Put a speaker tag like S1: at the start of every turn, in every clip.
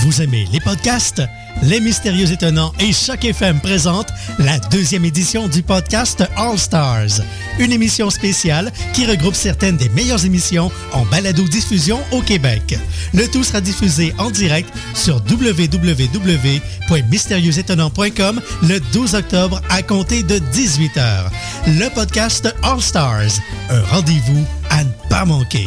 S1: Vous aimez les podcasts? Les Mystérieux Étonnants et Choc FM présente la deuxième édition du podcast All Stars, une émission spéciale qui regroupe certaines des meilleures émissions en balado-diffusion au Québec. Le tout sera diffusé en direct sur www.mystérieuxétonnants.com le 12 octobre à compter de 18h. Le podcast All Stars, un rendez-vous à ne pas manquer.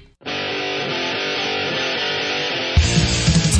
S2: Tu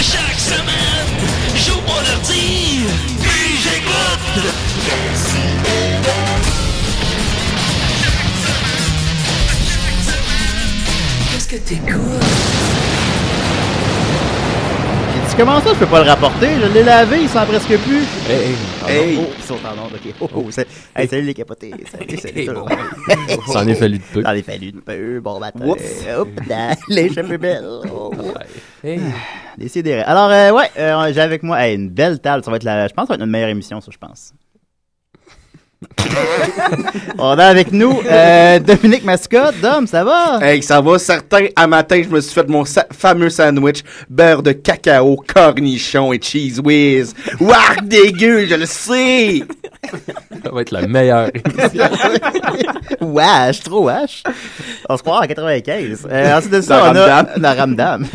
S3: Chaque semaine, j'ouvre mon ordi, puis j'écoute.
S4: Tu comment ça, je peux pas le rapporter? Je l'ai lavé, il sent presque plus.
S5: Hey,
S4: Hey! Ils sont en ordre, ok. Oh, oh, c'est- hey, salut les capotés. Salut, salut tout le monde.
S5: Ça en est fallu de peu.
S4: Ça en est fallu de peu. Bon matin.
S5: Oups.
S4: Hop, là, les cheveux belles. Oh, oh.
S5: Hey.
S4: Décidérez. Alors, euh, ouais, euh, j'ai avec moi hey, une belle table. Ça va être la, je pense que ça va être notre meilleure émission, ça, je pense. On a avec nous euh, Dominique Mascotte. Dom, ça va?
S6: Hey, ça va, certain. À matin, je me suis fait mon sa- fameux sandwich beurre de cacao, cornichon et cheese whiz. Ouah, dégueu, je le sais!
S5: Ça va être la meilleure.
S4: Wesh, trop wesh. On se croit en 95. Euh, ensuite de
S6: Dans
S4: ça, on a
S6: Ramdam.
S4: la Ramdam.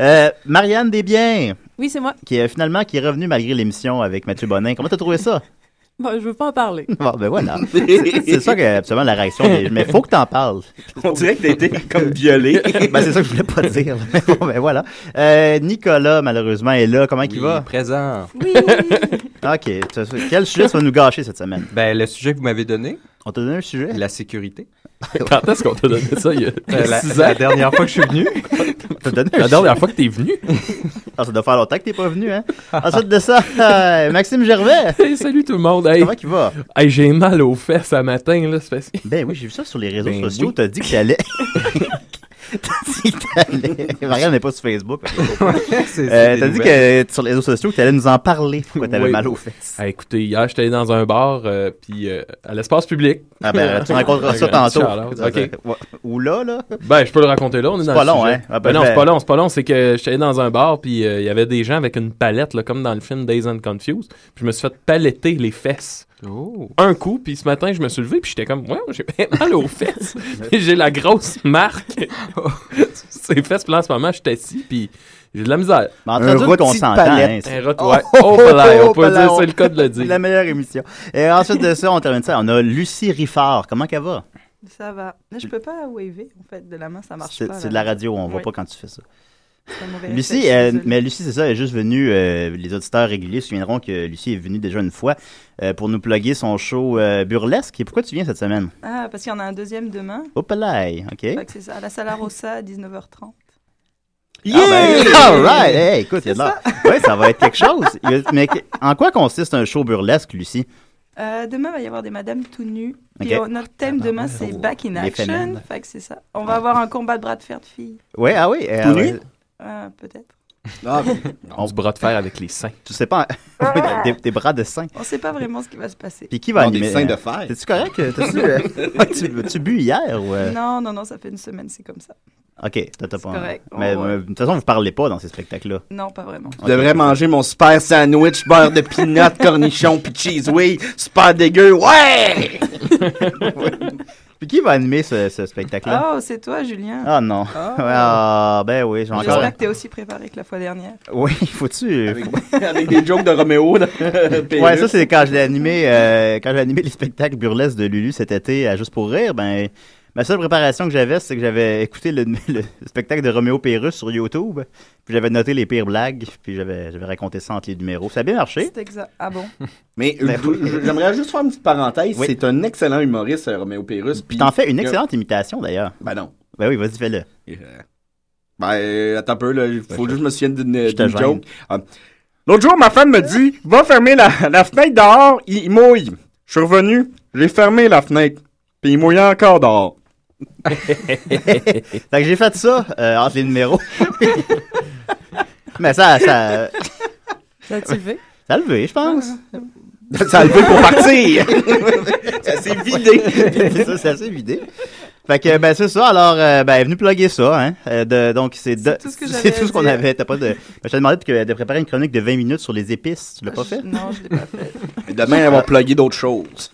S4: Euh, Marianne Desbiens,
S7: Oui, c'est moi.
S4: qui est finalement qui est revenue malgré l'émission avec Mathieu Bonin. Comment t'as trouvé ça?
S7: Bon, je veux pas en parler.
S4: Bon, ben voilà. C'est c'est ça que absolument la réaction. des- Mais faut que t'en parles.
S6: On dirait que t'as été comme violé.
S4: Ben, c'est ça que je voulais pas dire. Mais bon, ben voilà. Euh, Nicolas, malheureusement, est là. Comment il va? Ah,
S8: Présent.
S7: Oui.
S4: Ok. Ça- ça- Quel sujet ça va nous gâcher cette semaine?
S8: Ben, le sujet que vous m'avez donné,
S4: On t'a donné un sujet?
S8: la sécurité.
S5: Quand est-ce qu'on t'a donné ça? Il y a
S8: Euh, la,
S5: six
S8: la
S5: ans.
S8: dernière fois que je suis venu,
S4: On t'a donné un
S5: La dernière fois que t'es venu.
S4: Ah, ça doit faire longtemps que t'es pas venu, hein? Ensuite de ça, euh, Maxime Gervais.
S5: Hey, salut tout le monde. Hey,
S4: Comment il va?
S5: Hey, j'ai mal aux fesses ce matin. Là. c'est parce que-
S4: Ben oui, j'ai vu ça sur les réseaux
S5: Ben
S4: sociaux.
S5: oui.
S4: T'as dit que t'allais. T'as dit que t'allais. Marianne n'est pas sur Facebook.
S8: c'est-
S4: Euh,
S8: c'est
S4: T'as
S8: des
S4: dit
S8: nouvelles.
S4: que sur les réseaux sociaux, t'allais nous en parler. Pourquoi t'avais
S5: Oui.
S4: mal aux fesses?
S5: Ah, écoutez, hier, j'étais allé dans un bar, euh, puis euh, à l'espace public.
S4: Ah ben, tu rencontreras ça
S5: Un petit
S4: tantôt. Euh,
S5: shout-out. Ok.
S4: Ouais. Ou là, là.
S5: Ben, je peux le raconter là, on est dans
S4: pas
S5: le
S4: long,
S5: sujet.
S4: hein? Ah, ben,
S5: ben non,
S4: ben-
S5: c'est pas long, c'est pas long. C'est que j'étais allé dans un bar, puis euh, il y avait des gens avec une palette, là, comme dans le film Days and Confused. Puis je me suis fait paletter les fesses.
S8: Oh.
S5: Un coup, puis ce matin, je me suis levé, puis j'étais comme, ouais, j'ai bien mal aux fesses. Puis j'ai la grosse marque. Ces fesses, puis là, en ce moment, je suis assis, puis j'ai de la misère.
S4: Mais en
S6: Un
S4: train de qu'on
S6: rôti de
S4: s'entend.
S6: palette.
S4: hein, c'est-
S5: Un rot, ouais. Oh,
S4: Oh,
S5: palais,
S4: oh,
S5: on peut
S4: palais,
S5: dire,
S4: on-
S5: c'est le cas de le
S4: La
S5: dire.
S4: meilleure émission. Et ensuite de ça, on termine ça. On a Lucie Riffard. Comment qu'elle va?
S7: Ça va. Là, je peux pas waver, en fait, de la main, ça marche
S4: C'est
S7: pas.
S4: c'est de la radio, on voit
S7: Oui.
S4: pas quand tu fais ça.
S7: Ben, C'est un mauvais
S4: Lucie,
S7: réflexe,
S4: euh,
S7: désolée.
S4: mais Lucie, c'est ça, elle est juste venue. euh, les auditeurs réguliers se souviendront que Lucie est venue déjà une fois euh, pour nous plugger son show euh, burlesque. Et pourquoi tu viens cette semaine?
S7: Ah, parce qu'il y en a un deuxième demain.
S4: Hop là, OK.
S7: Fait que c'est ça, à la Sala Rossa à 19h30.
S4: Ah, ben, all right! Hey, écoute, il y a de
S7: C'est
S4: l'or. Ouais, ça va être quelque chose. Il y a- Mais que- en quoi consiste un show burlesque, Lucie?
S7: Euh, demain, il va y avoir des madames tout nues. Puis
S4: Ok.
S7: euh, notre
S4: Ah,
S7: thème demain,
S4: bah,
S7: c'est Back in
S4: Les
S7: Action.
S4: fémines.
S7: Fait que c'est ça. On va avoir un combat de bras de fer de filles.
S4: Oui, ah oui. euh,
S6: Tout nu?
S7: Euh, Peut-être.
S6: Ah,
S5: on se bras de fer avec les seins.
S4: Tu sais pas. hein. Oui, des, des bras de seins.
S7: On sait pas vraiment ce qui va se passer.
S4: Puis qui va
S6: Non,
S4: animer
S6: des seins de
S4: euh,
S6: fer.
S4: T'es-tu correct? T'as-tu, euh, ouais, tu, tu bu hier ou. euh,
S7: Non, non, non, ça fait une semaine, c'est comme ça.
S4: Ok, t'as t'as pas.
S7: correct.
S4: Mais
S7: On-
S4: euh, de toute façon, vous parlez pas dans ces spectacles-là.
S7: Non, pas vraiment.
S6: Je devrais manger mon super sandwich, beurre de peanut, cornichon puis cheese oui, super dégueu, ouais!
S4: Puis qui va animer ce, ce spectacle-là?
S7: Oh, c'est toi, Julien.
S4: Ah non.
S7: Ah.
S4: Ah, ben oui, j'ai encore.
S7: J'espère que t'es aussi préparé que la fois dernière.
S4: Oui, faut-tu.
S6: Avec des jokes de Roméo. dans-
S4: Ouais, ça c'est quand je l'ai animé, euh, quand j'ai animé les spectacles burlesques de Lulu cet été à Juste pour rire, ben ma seule préparation que j'avais, c'est que j'avais écouté le, le spectacle de Roméo Pérus sur YouTube, puis j'avais noté les pires blagues, puis j'avais j'avais raconté ça entre les numéros. Ça a bien marché.
S7: C'est exact. Ah bon?
S6: Mais euh, je- j'aimerais juste faire une petite parenthèse.
S4: Oui.
S6: C'est un excellent humoriste, euh, Roméo Pérus. Puis
S4: T'en fais une excellente imitation d'ailleurs.
S6: Ben non.
S4: Ben oui, vas-y fais-le.
S6: Ben, euh, attends un peu, là. Il faut juste me souvenir d'une
S4: te
S6: d'une
S4: gêne.
S6: joke. Ah. L'autre jour, ma femme me dit Va fermer la, la fenêtre dehors, il, il mouille. Je suis revenu, j'ai fermé la fenêtre, puis il mouillait encore dehors.
S4: fait que j'ai fait ça euh, entre les numéros. Mais ça, ça.
S7: Ça a levé?
S4: Ça a levé, je pense.
S6: Ça a levé pour partir. ça s'est vidé.
S4: ça, ça s'est vidé. Fait que, ben, c'est ça. Alors, euh, ben, venu plugger ça, hein. Euh, de- donc, c'est de-
S7: tout ce que
S4: c'est
S7: j'avais
S4: tout ce
S7: à
S4: qu'on
S7: dire.
S4: avait. T'as pas de. ben, je t'ai demandé de, que- de préparer une chronique de 20 minutes sur les épices. Tu l'as pas fait?
S7: Non, je l'ai pas fait.
S6: Demain, elle va plugger d'autres choses.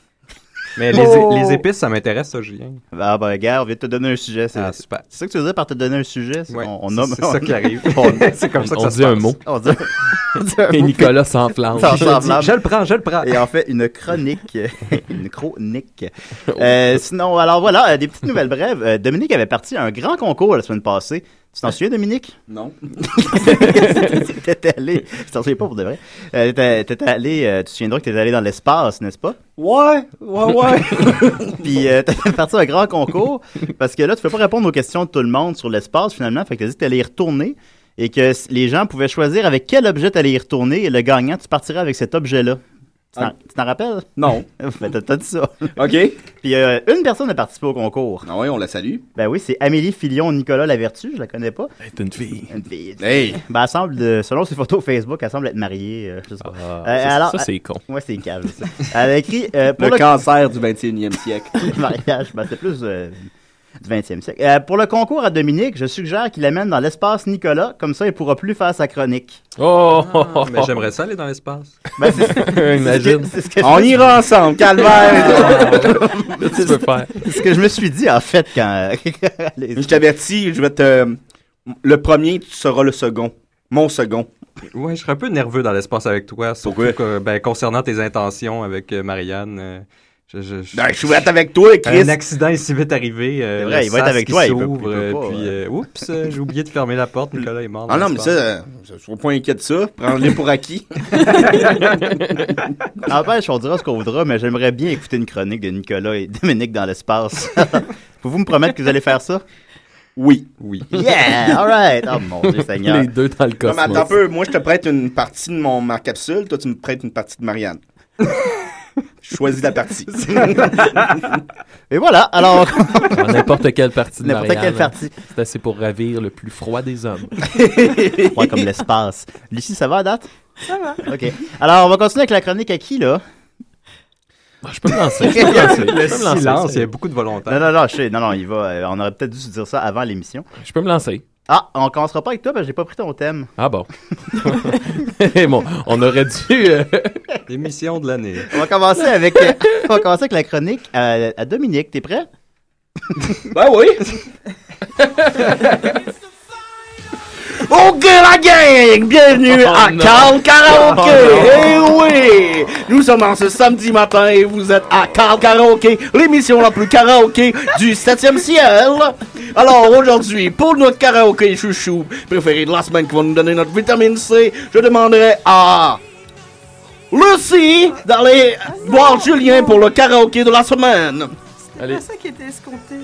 S8: Mais les,
S7: Oh!
S8: les épices, ça m'intéresse, ça, Julien.
S4: Ah, ben, regarde, on vient de te donner un sujet. C'est
S8: Ah, super.
S4: c'est ça que tu veux dire par te donner un sujet? C'est
S8: Ouais,
S4: qu'on- on
S8: c'est-
S4: nomme-
S8: c'est ça qui arrive.
S4: on-
S8: C'est comme ça que
S5: On
S8: ça
S5: dit
S8: se
S5: un
S8: passe.
S5: mot.
S4: on dit, on dit un
S5: Et
S4: mot,
S5: Nicolas s'enflamme.
S4: puis ça
S8: Je le, dis,
S4: s'enflamme.
S8: je le prends, je le prends.
S4: Et en fait, une chronique. une chronique. Euh, sinon, alors voilà, euh, des petites nouvelles brèves. Euh, Dominique avait parti à un grand concours la semaine passée. Tu t'en souviens, Dominique?
S6: Non.
S4: t'étais allé. Je t'en souviens pas pour de vrai. Euh, t'étais- t'étais allé, euh, tu te souviendras que t'étais allé dans l'espace, n'est-ce pas?
S6: Ouais, ouais, ouais.
S4: Puis euh, t'avais parti à un grand concours parce que là, tu peux pas répondre aux questions de tout le monde sur l'espace finalement. Fait que t'as dit que t'allais y retourner et que s- les gens pouvaient choisir avec quel objet t'allais y retourner et le gagnant, tu partirais avec cet objet-là. Tu t'en-
S6: Ah.
S4: tu t'en rappelles?
S6: non.
S4: Ben, t'as- t'as dit ça.
S6: OK.
S4: Puis euh, une personne a participé au concours.
S6: Ah ouais, on la salue.
S4: Ben oui, c'est Amélie Filion Nicolas Lavertu, je la connais pas.
S5: C'est une fille.
S4: Une fille.
S6: Hey.
S4: Ben, elle semble, de- selon ses photos Facebook, elle semble être mariée. euh, je sais pas.
S5: Ah,
S4: Euh,
S5: ça,
S4: alors,
S5: ça, c'est con.
S4: Ouais, c'est cave. ça. Elle a écrit euh, pour
S6: Le
S4: le,
S6: cancer du 21e siècle.
S4: mariage, ben, c'est plus euh, du 20e siècle. Euh, pour le concours à Dominique, je suggère qu'il l'amène dans l'espace Nicolas, comme ça il pourra plus faire sa chronique.
S5: Oh, oh, oh,
S8: Mais j'aimerais ça aller dans l'espace.
S4: Ben, c'est- c'est ce que-
S5: Imagine.
S4: C'est ce que je-
S6: on ira ensemble, calvaire.
S5: oh. tu peux faire.
S4: c'est ce que je me suis dit en fait quand. euh, quand les-
S6: Je t'avertis, je vais te. Le premier, tu seras le second. Mon second.
S8: Ouais, je serais un peu nerveux dans l'espace avec toi. surtout que, ben, concernant tes intentions avec euh, Marianne, euh, je, je- je-
S6: Ben, je suis ouvert avec toi, Chris.
S8: Un accident est si vite arrivé. euh,
S4: C'est vrai,
S8: le
S4: il va être
S8: sas
S4: avec
S8: qui
S4: toi, il peut-
S8: s'ouvre,
S4: il peut
S8: euh,
S4: pas,
S8: puis,
S4: euh.
S8: euh, oups, euh, j'ai oublié de fermer la porte. Nicolas est mort.
S6: Ah
S8: dans
S6: non, mais ça,
S8: l'espace.
S6: euh, je suis pas inquiet de ça. Prends-les pour acquis.
S4: N'empêche, on dira ce qu'on voudra, mais j'aimerais bien écouter une chronique de Nicolas et Dominique dans l'espace. Pouvez-vous me promettre que vous allez faire ça?
S6: Oui.
S8: Oui.
S4: Yeah! All right! Oh mon Dieu Seigneur!
S5: Les deux dans le
S6: Non, mais
S5: cosmos.
S6: attends un peu. Moi, je te prête une partie de mon, ma capsule. Toi, tu me prêtes une partie de Marianne. Je Choisis la partie.
S4: Et voilà! Alors,
S5: Dans N'importe quelle partie de
S4: n'importe
S5: Marianne,
S4: quelle partie.
S5: C'est assez pour ravir le plus froid des hommes.
S4: Froid comme l'espace. Lucie, ça va à date? Ça va. OK. Alors, on va continuer avec la chronique à qui, là?
S5: Ah, je peux me lancer. Je peux me lancer.
S8: Le
S5: je peux me lancer,
S8: silence, il y a
S5: c'est-
S8: beaucoup de
S4: Non,
S8: volontaires.
S4: non, non, je sais. Non, non, il va. euh, on aurait peut-être dû se dire ça avant l'émission.
S5: Je peux me lancer.
S4: Ah, on commencera pas avec toi parce que j'ai pas pris ton thème.
S5: Ah bon. Eh, bon, on aurait dû. euh,
S8: L'émission de l'année.
S4: On va commencer avec, euh, on va commencer avec la chronique à, à Dominique. T'es prêt?
S6: ben oui. Ok la gang, bienvenue
S5: Oh,
S6: à
S5: non.
S6: Carl Karaoke.
S5: Oh,
S6: Eh oui, nous sommes en ce samedi matin et vous êtes à Carl Karaoke, l'émission la plus karaoké du 7e ciel. Alors aujourd'hui, pour notre karaoké chouchou préféré de la semaine qui va nous donner notre vitamine C, je demanderai à Lucie d'aller voir Julien pour le karaoké de la semaine.
S5: Allez.
S7: C'est ça qui était escompté.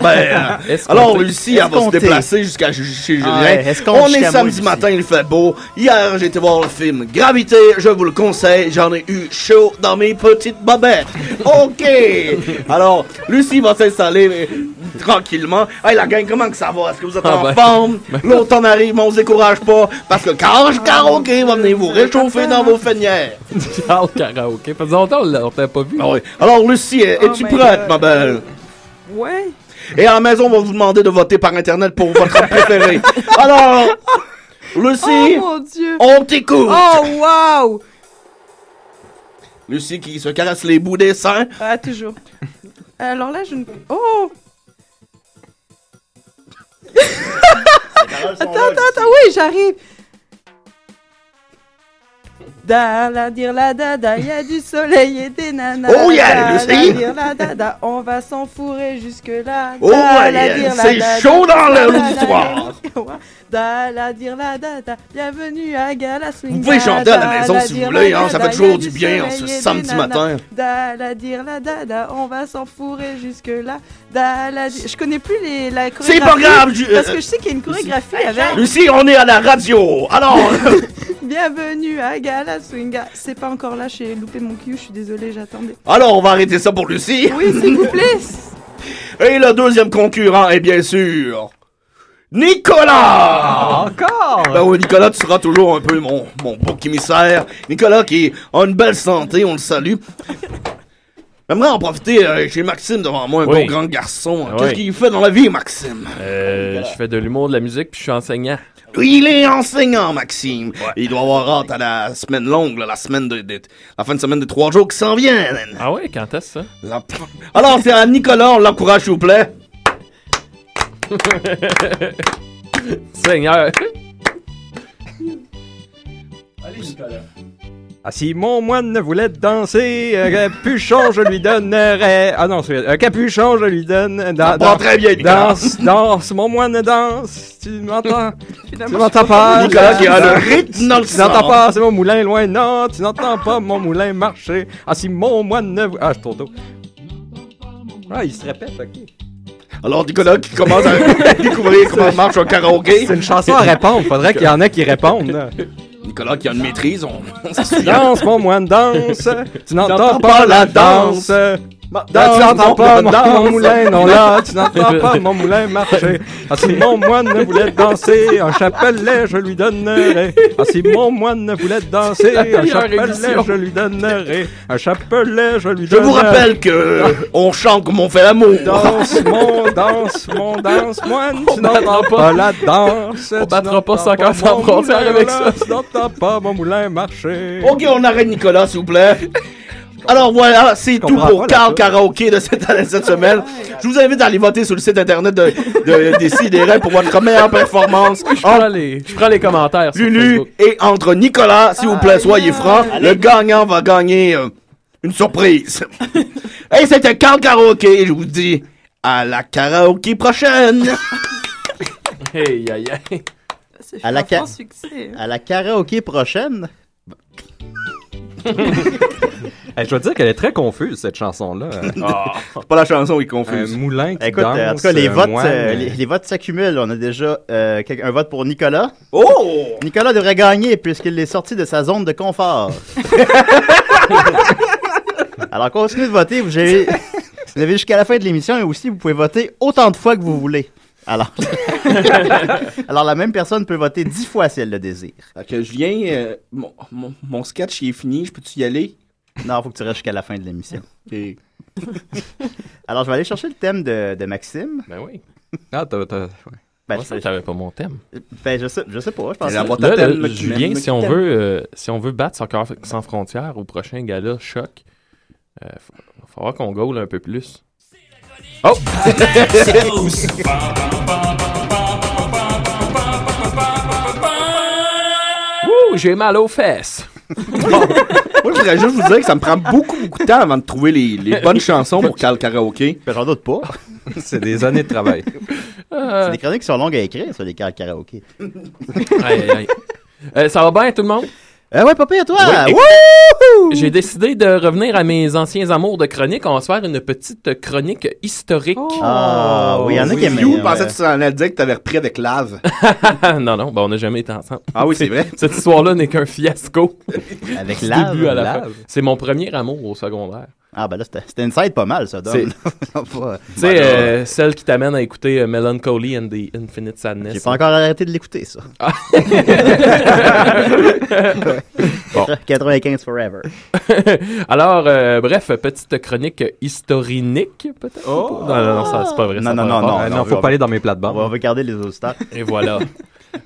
S6: Ben,
S5: Est-ce
S6: alors
S5: qu'on-
S6: Lucie, elle va se
S4: Escompté.
S6: déplacer jusqu'à ju- chez Julien.
S4: Ah ouais, escompte
S6: On est
S4: jusqu'à
S6: samedi
S4: moi, Lucie.
S6: matin, il fait beau. Hier, j'ai été voir le film Gravité, je vous le conseille, j'en ai eu chaud dans mes petites bobettes. OK! Alors, Lucie va s'installer tranquillement. Hey, la gang, comment que ça va? Est-ce que vous êtes
S3: Ah,
S6: en
S3: ben,
S6: forme?
S3: ben-
S6: L'automne arrive, mais on se décourage pas, parce que Carl Karaoke va venir vous réchauffer dans vos fenières.
S5: Charles Karaoké. Ça faisait longtemps qu'on t'a pas vu.
S6: Ah oui. Alors, Lucie, es-tu
S7: my
S6: prête, ma belle?
S7: Ouais.
S6: Et à la maison, on va vous demander de voter par Internet pour votre préféré. Alors, Lucie,
S7: Oh mon dieu.
S6: on t'écoute.
S7: Oh wow.
S6: Lucie qui se caresse les bouts des seins.
S7: Ah toujours. Alors là, je ne. Oh. attends, attends, attends, oui, j'arrive. Da la dire la da da, y a du soleil et des nanas.
S6: Oh yeah,
S7: Da la
S6: Lucie.
S7: dire la da da, on va s'enfourrer jusque là.
S6: Oh
S7: Da Ah, la
S6: yeah,
S7: dire la
S6: c'est
S7: da da,
S6: chaud dans
S7: da la
S6: l'auditoire.
S7: Da la dire la da da, bienvenue à Gala Swing.
S6: Vous pouvez
S7: Da,
S6: chanter à la
S7: da,
S6: maison,
S7: Ah, la
S6: si vous
S7: dire
S6: voulez,
S7: la
S6: hein,
S7: da
S6: ça
S7: da,
S6: fait
S7: y a
S6: toujours
S7: du
S6: du bien, hein,
S7: soleil
S6: ce
S7: et des
S6: samedi
S7: nanas.
S6: matin.
S7: Da la dire la da da, on va s'enfourrer jusque là. Da la dire- Je connais plus les, la
S6: C'est
S7: chorégraphie.
S6: pas grave, je-
S7: Parce
S6: euh,
S7: que je sais qu'il y a une chorégraphie avec.
S6: Lucie, on est à la radio. Alors,
S7: Bienvenue à Gala Swinga. C'est pas encore là, j'ai loupé mon cue, je suis désolée, j'attendais.
S6: alors on va arrêter ça pour Lucie.
S7: Oui, s'il vous plaît.
S6: Et le deuxième concurrent est bien sûr Nicolas.
S5: Ah,
S9: Encore.
S6: Ben oui, Nicolas, tu seras toujours un peu mon, mon bouc émissaire. Nicolas qui a une belle santé, on le salue. J'aimerais en profiter, euh, j'ai Maxime devant moi, un
S5: Oui. Ben
S6: beau grand garçon.
S5: Oui.
S6: Qu'est-ce qu'il fait dans la vie, Maxime?
S5: Euh, je fais de l'humour, de la musique, puis je suis enseignant.
S6: Oui, il est enseignant, Maxime. Il doit avoir hâte à la semaine longue, là, la semaine de, de- la fin de semaine de trois jours qui s'en vient.
S5: Ah ouais, quand est-ce ça?
S6: Alors, c'est à Nicolas, on l'encourage, s'il vous plaît.
S5: Seigneur!
S9: Ah, si mon moine ne voulait danser, euh, capuchon, je lui donnerais. Ah non, c'est. euh, capuchon, je lui donne. euh,
S5: Ah,
S9: dan-
S6: Ça prend
S9: dan-
S6: très bien, Nicolas.
S9: Danse, danse, mon moine danse. Tu m'entends? tu
S6: Finalement,
S9: m'entends
S6: Ah, je
S9: pas?
S6: comprends. Nicolas qui a le
S9: Euh,
S6: rythme dans le
S9: Tu n'entends
S6: sang.
S9: pas, c'est mon moulin loin. Non, tu n'entends pas mon moulin marcher. Ah, si mon moine ne. vou- Ah, je tourne Ah, il se répète, ok.
S6: Alors, Nicolas qui commence à découvrir comment marche un karaoké.
S9: C'est une chanson à répondre. Faudrait qu'il y en ait qui répondent.
S6: Nicolas qui a une maîtrise, on, on se souvient.
S9: Danse, mon moine, danse. Tu n'entends
S6: J'entends
S9: pas la danse.
S6: Ma-
S9: Là, tu n'entends pas mon, mon
S6: danse.
S9: moulin, non là, tu n'entends pas mon moulin marcher. Ah, si mon moine ne voulait danser, un chapelet, je lui donnerais. Ah, si mon moine ne voulait danser,
S6: la
S9: un
S6: meilleure
S9: chapelet,
S6: émission.
S9: je lui donnerai. Un chapelet, je lui
S6: Je vous
S9: donnerai.
S6: rappelle que on chante comme on fait l'amour.
S9: Danse, mon, danse, mon, danse, moine, tu n'entends
S5: battra
S9: pas
S5: pas.
S9: la danse.
S5: On
S9: tu
S5: battra pas
S9: n'entends
S5: 50
S9: mon
S5: sans frontières
S9: moulin,
S5: avec
S9: là,
S5: ça.
S9: Tu n'entends pas mon moulin marcher.
S6: Ok, on arrête Nicolas, s'il vous plaît. Alors voilà, c'est tout
S9: comprends
S6: pour
S9: pas, là,
S6: Carl Karaoke de cette, de cette semaine. Je vous invite à aller voter sur le site internet de, de, des Sidérés pour votre meilleure performance.
S5: Je prends les, je prends les commentaires sur
S6: Lulu
S5: Facebook.
S6: et entre Nicolas, s'il vous plaît, soyez francs.
S4: Allez.
S6: Le gagnant va gagner euh, une surprise. et c'était Carl Karaoke. Je vous dis à la karaoké prochaine.
S5: Hey, aïe, aïe.
S7: C'est
S4: À la
S7: franchement
S4: ca-
S7: succès.
S4: À la karaoké prochaine.
S9: Eh, je dois dire qu'elle est très confuse, cette chanson-là.
S6: C'est pas la chanson, il confuse.
S9: Un moulin qui
S4: Écoute,
S9: danse.
S4: euh, en tout cas, les
S9: un
S4: votes,
S9: moine,
S4: euh, les, les votes s'accumulent. On a déjà euh, quel- un vote pour Nicolas.
S6: Oh!
S4: Nicolas devrait gagner puisqu'il est sorti de sa zone de confort. Alors, continuez de voter. Vous avez, vous avez jusqu'à la fin de l'émission et aussi, vous pouvez voter autant de fois que vous voulez. Alors, Alors la même personne peut voter dix fois si elle le désire.
S6: Fait que Julien, euh, mon, mon, mon sketch il est fini, je peux-tu y aller?
S4: Non, faut que tu restes jusqu'à la fin de l'émission.
S6: Et-
S4: Alors, je vais aller chercher le thème de, de Maxime.
S5: Ben oui.
S9: Ah, t'as- t'as- ouais.
S4: Ben,
S5: Moi, ça,
S4: je,
S5: j'avais pas mon thème.
S4: ben, je sais, je sais pas. Je pense
S6: La boîte à
S5: Là,
S6: thème,
S5: là,
S6: qui
S5: Julien,
S6: mène-
S5: si on, veut, euh, si on veut battre Soccer sans frontières au prochain gala choc, euh, il va falloir qu'on goal un peu plus. Oh! Ouh, j'ai mal aux fesses!
S6: Moi, je voudrais juste vous dire que ça me prend beaucoup, beaucoup de temps avant de trouver les, les bonnes chansons pour Carl Karaoke.
S4: Ben, j'en doute pas.
S9: C'est des années de travail.
S4: C'est des chroniques qui sont longues à écrire sur les cartes karaoké.
S5: Aïe, aïe. Euh, ça va bien tout le monde?
S4: Euh, ouais, papa, et toi?
S5: Oui, écoute,
S4: Wouhou!
S5: J'ai décidé de revenir à mes anciens amours de chronique. On va se faire une petite chronique historique.
S4: Ah, oui, il y en a qui aiment.
S6: You
S4: euh,
S6: pensais que tu en allais dire que t'avais repris avec Lave.
S5: non, non, ben, on n'a jamais été ensemble.
S6: Ah oui, c'est vrai.
S5: Cette histoire-là n'est qu'un fiasco.
S4: Avec
S5: du
S4: lave.
S5: début à la
S9: lave.
S5: fin. C'est mon premier amour au secondaire.
S4: Ah, ben là, c'était c'était inside pas mal, ça, Dom.
S5: Tu sais, euh, celle qui t'amène à écouter euh, Melancholy and the Infinite Sadness.
S4: J'ai pas encore arrêté de l'écouter, ça.
S5: Ah. Bon.
S4: 95 forever.
S5: Alors, euh, bref, petite chronique historique, peut-être. Non, non, non, ça, c'est pas vrai.
S4: Non, non, non, non, non, on veut-
S5: bandes.
S4: On va regarder les auditeurs.
S5: Et voilà.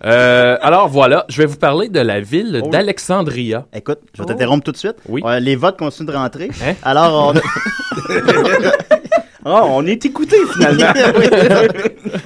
S5: Euh, alors voilà, je vais vous parler de la ville
S4: Oh.
S5: d'Alexandria.
S4: Écoute, je vais t'interrompre tout de suite.
S5: Oui.
S4: Euh, les votes continuent de rentrer. Alors, on... on est écouté finalement.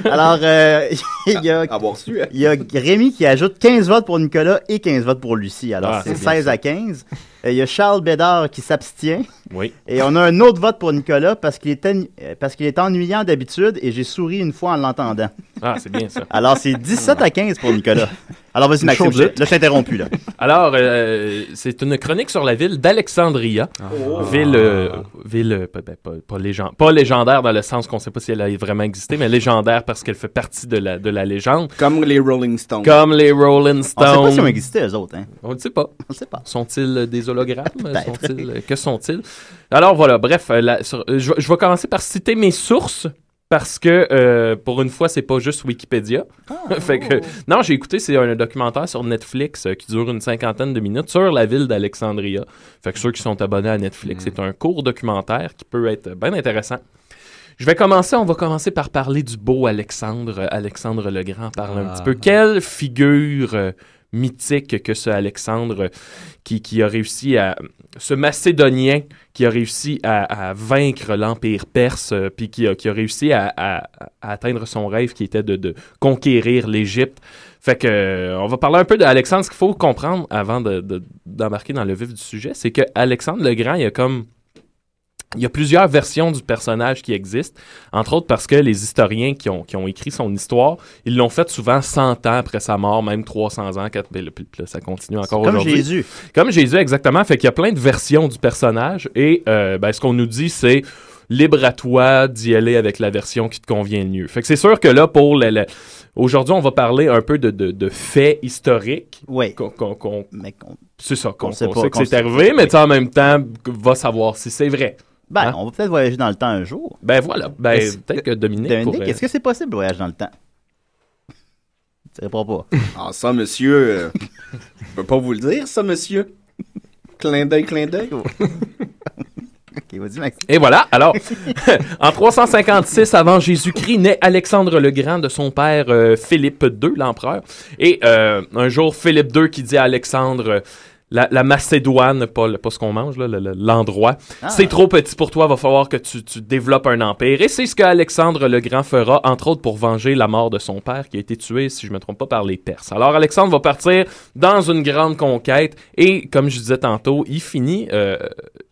S4: Alors, euh, il y a, il y a Rémi qui ajoute 15 votes pour Nicolas et 15 votes pour Lucie. Alors,
S5: Ah,
S4: c'est
S5: c'est bien
S4: 16 à 15. Et Il y a Charles Bédard qui s'abstient.
S5: Oui.
S4: Et on a un autre vote pour Nicolas parce qu'il est, en- euh, parce qu'il est ennuyant d'habitude et j'ai souri une fois en l'entendant.
S5: Ah, c'est bien ça.
S4: Alors, c'est 17 à 15 pour Nicolas. Alors, vas-y,
S5: Une
S4: Maxime,
S5: chaude
S4: je- là,
S5: lutte.
S4: je t'ai interrompu. Là.
S5: Alors, euh, c'est une chronique sur la ville d'Alexandria.
S4: Ah.
S5: Ville, euh, ville euh, pas, ben, pas, pas légen- pas légendaire dans le sens qu'on ne sait pas si elle a vraiment existé, mais légendaire parce qu'elle fait partie de la, de la légende.
S6: Comme les Rolling Stones.
S5: Comme les Rolling Stones.
S4: On sait pas s'ils ont existé, eux autres. Hein.
S5: On ne sait pas. Sont-ils euh, des hologrammes?
S4: Peut-être.
S5: Sont-ils, euh, que sont-ils? Alors voilà, bref, euh, la- sur- euh, je, vais- je vais commencer par citer mes sources. Parce que euh, pour une fois, c'est pas juste Wikipédia. Fait que- non, j'ai écouté, c'est un documentaire sur Netflix euh, qui dure une cinquantaine de minutes sur la ville d'Alexandria. Fait que ceux qui sont abonnés à Netflix, c'est un court documentaire qui peut être bien intéressant. Je vais commencer, on va commencer par parler du beau Alexandre, euh, Alexandre le Grand, parle un
S8: Ah.
S5: petit peu. Quelle figure euh, mythique que ce Alexandre euh, qui, qui a réussi à... Ce Macédonien qui a réussi à, à vaincre l'Empire perse, euh, puis qui a, qui a réussi à, à- à atteindre son rêve qui était de, de conquérir l'Égypte. Fait que, euh, on va parler un peu d'Alexandre. Ce qu'il faut comprendre avant de- de- d'embarquer dans le vif du sujet, c'est que Alexandre le Grand, il a comme... Il y a plusieurs versions du personnage qui existent, entre autres parce que les historiens qui ont, qui ont écrit son histoire, ils l'ont fait souvent 100 ans après sa mort, même 300 ans, quatre- puis là, puis là, ça continue encore
S4: Comme
S5: aujourd'hui.
S4: Jésus.
S5: Comme Jésus, exactement. Fait qu'il y a plein de versions du personnage et euh, ben, ce qu'on nous dit, c'est libre à toi d'y aller avec la version qui te convient le mieux. Fait que c'est sûr que là, pour le- le- aujourd'hui, on va parler un peu de, de- de faits historiques.
S4: Oui.
S5: C'est ça, qu'on
S4: qu'on sait
S5: qu'on
S4: pas,
S5: sait que
S4: qu'on
S5: c'est
S4: sait-
S5: arrivé, mais tu sais, en même temps, va savoir si c'est vrai.
S4: Ben,
S5: Hein?
S4: on va peut-être voyager dans le temps un jour.
S5: Ben voilà. Ben,
S4: Est-ce-
S5: peut-être que Dominique.
S4: Dominique,
S5: pourrait-
S4: est-ce que c'est possible de voyager dans le temps? Tu réponds pas.
S6: Ah, ça, monsieur. euh, je peux pas vous le dire, ça, monsieur. clin d'œil, clin d'œil.
S4: ok, vas-y, Maxime.
S5: Et voilà. Alors, en 356 avant Jésus-Christ, naît Alexandre le Grand de son père euh, Philippe II, l'empereur. Et euh, un jour, Philippe II qui dit à Alexandre. euh, la, la Macédoine, pas, le- pas ce qu'on mange, là, le- le- l'endroit.
S8: Ah.
S5: C'est trop petit pour toi, va falloir que tu, tu développes un empire. Et c'est ce que Alexandre le Grand fera, entre autres pour venger la mort de son père qui a été tué, si je ne me trompe pas, par les Perses. Alors Alexandre va partir dans une grande conquête et, comme je disais tantôt, il finit, euh,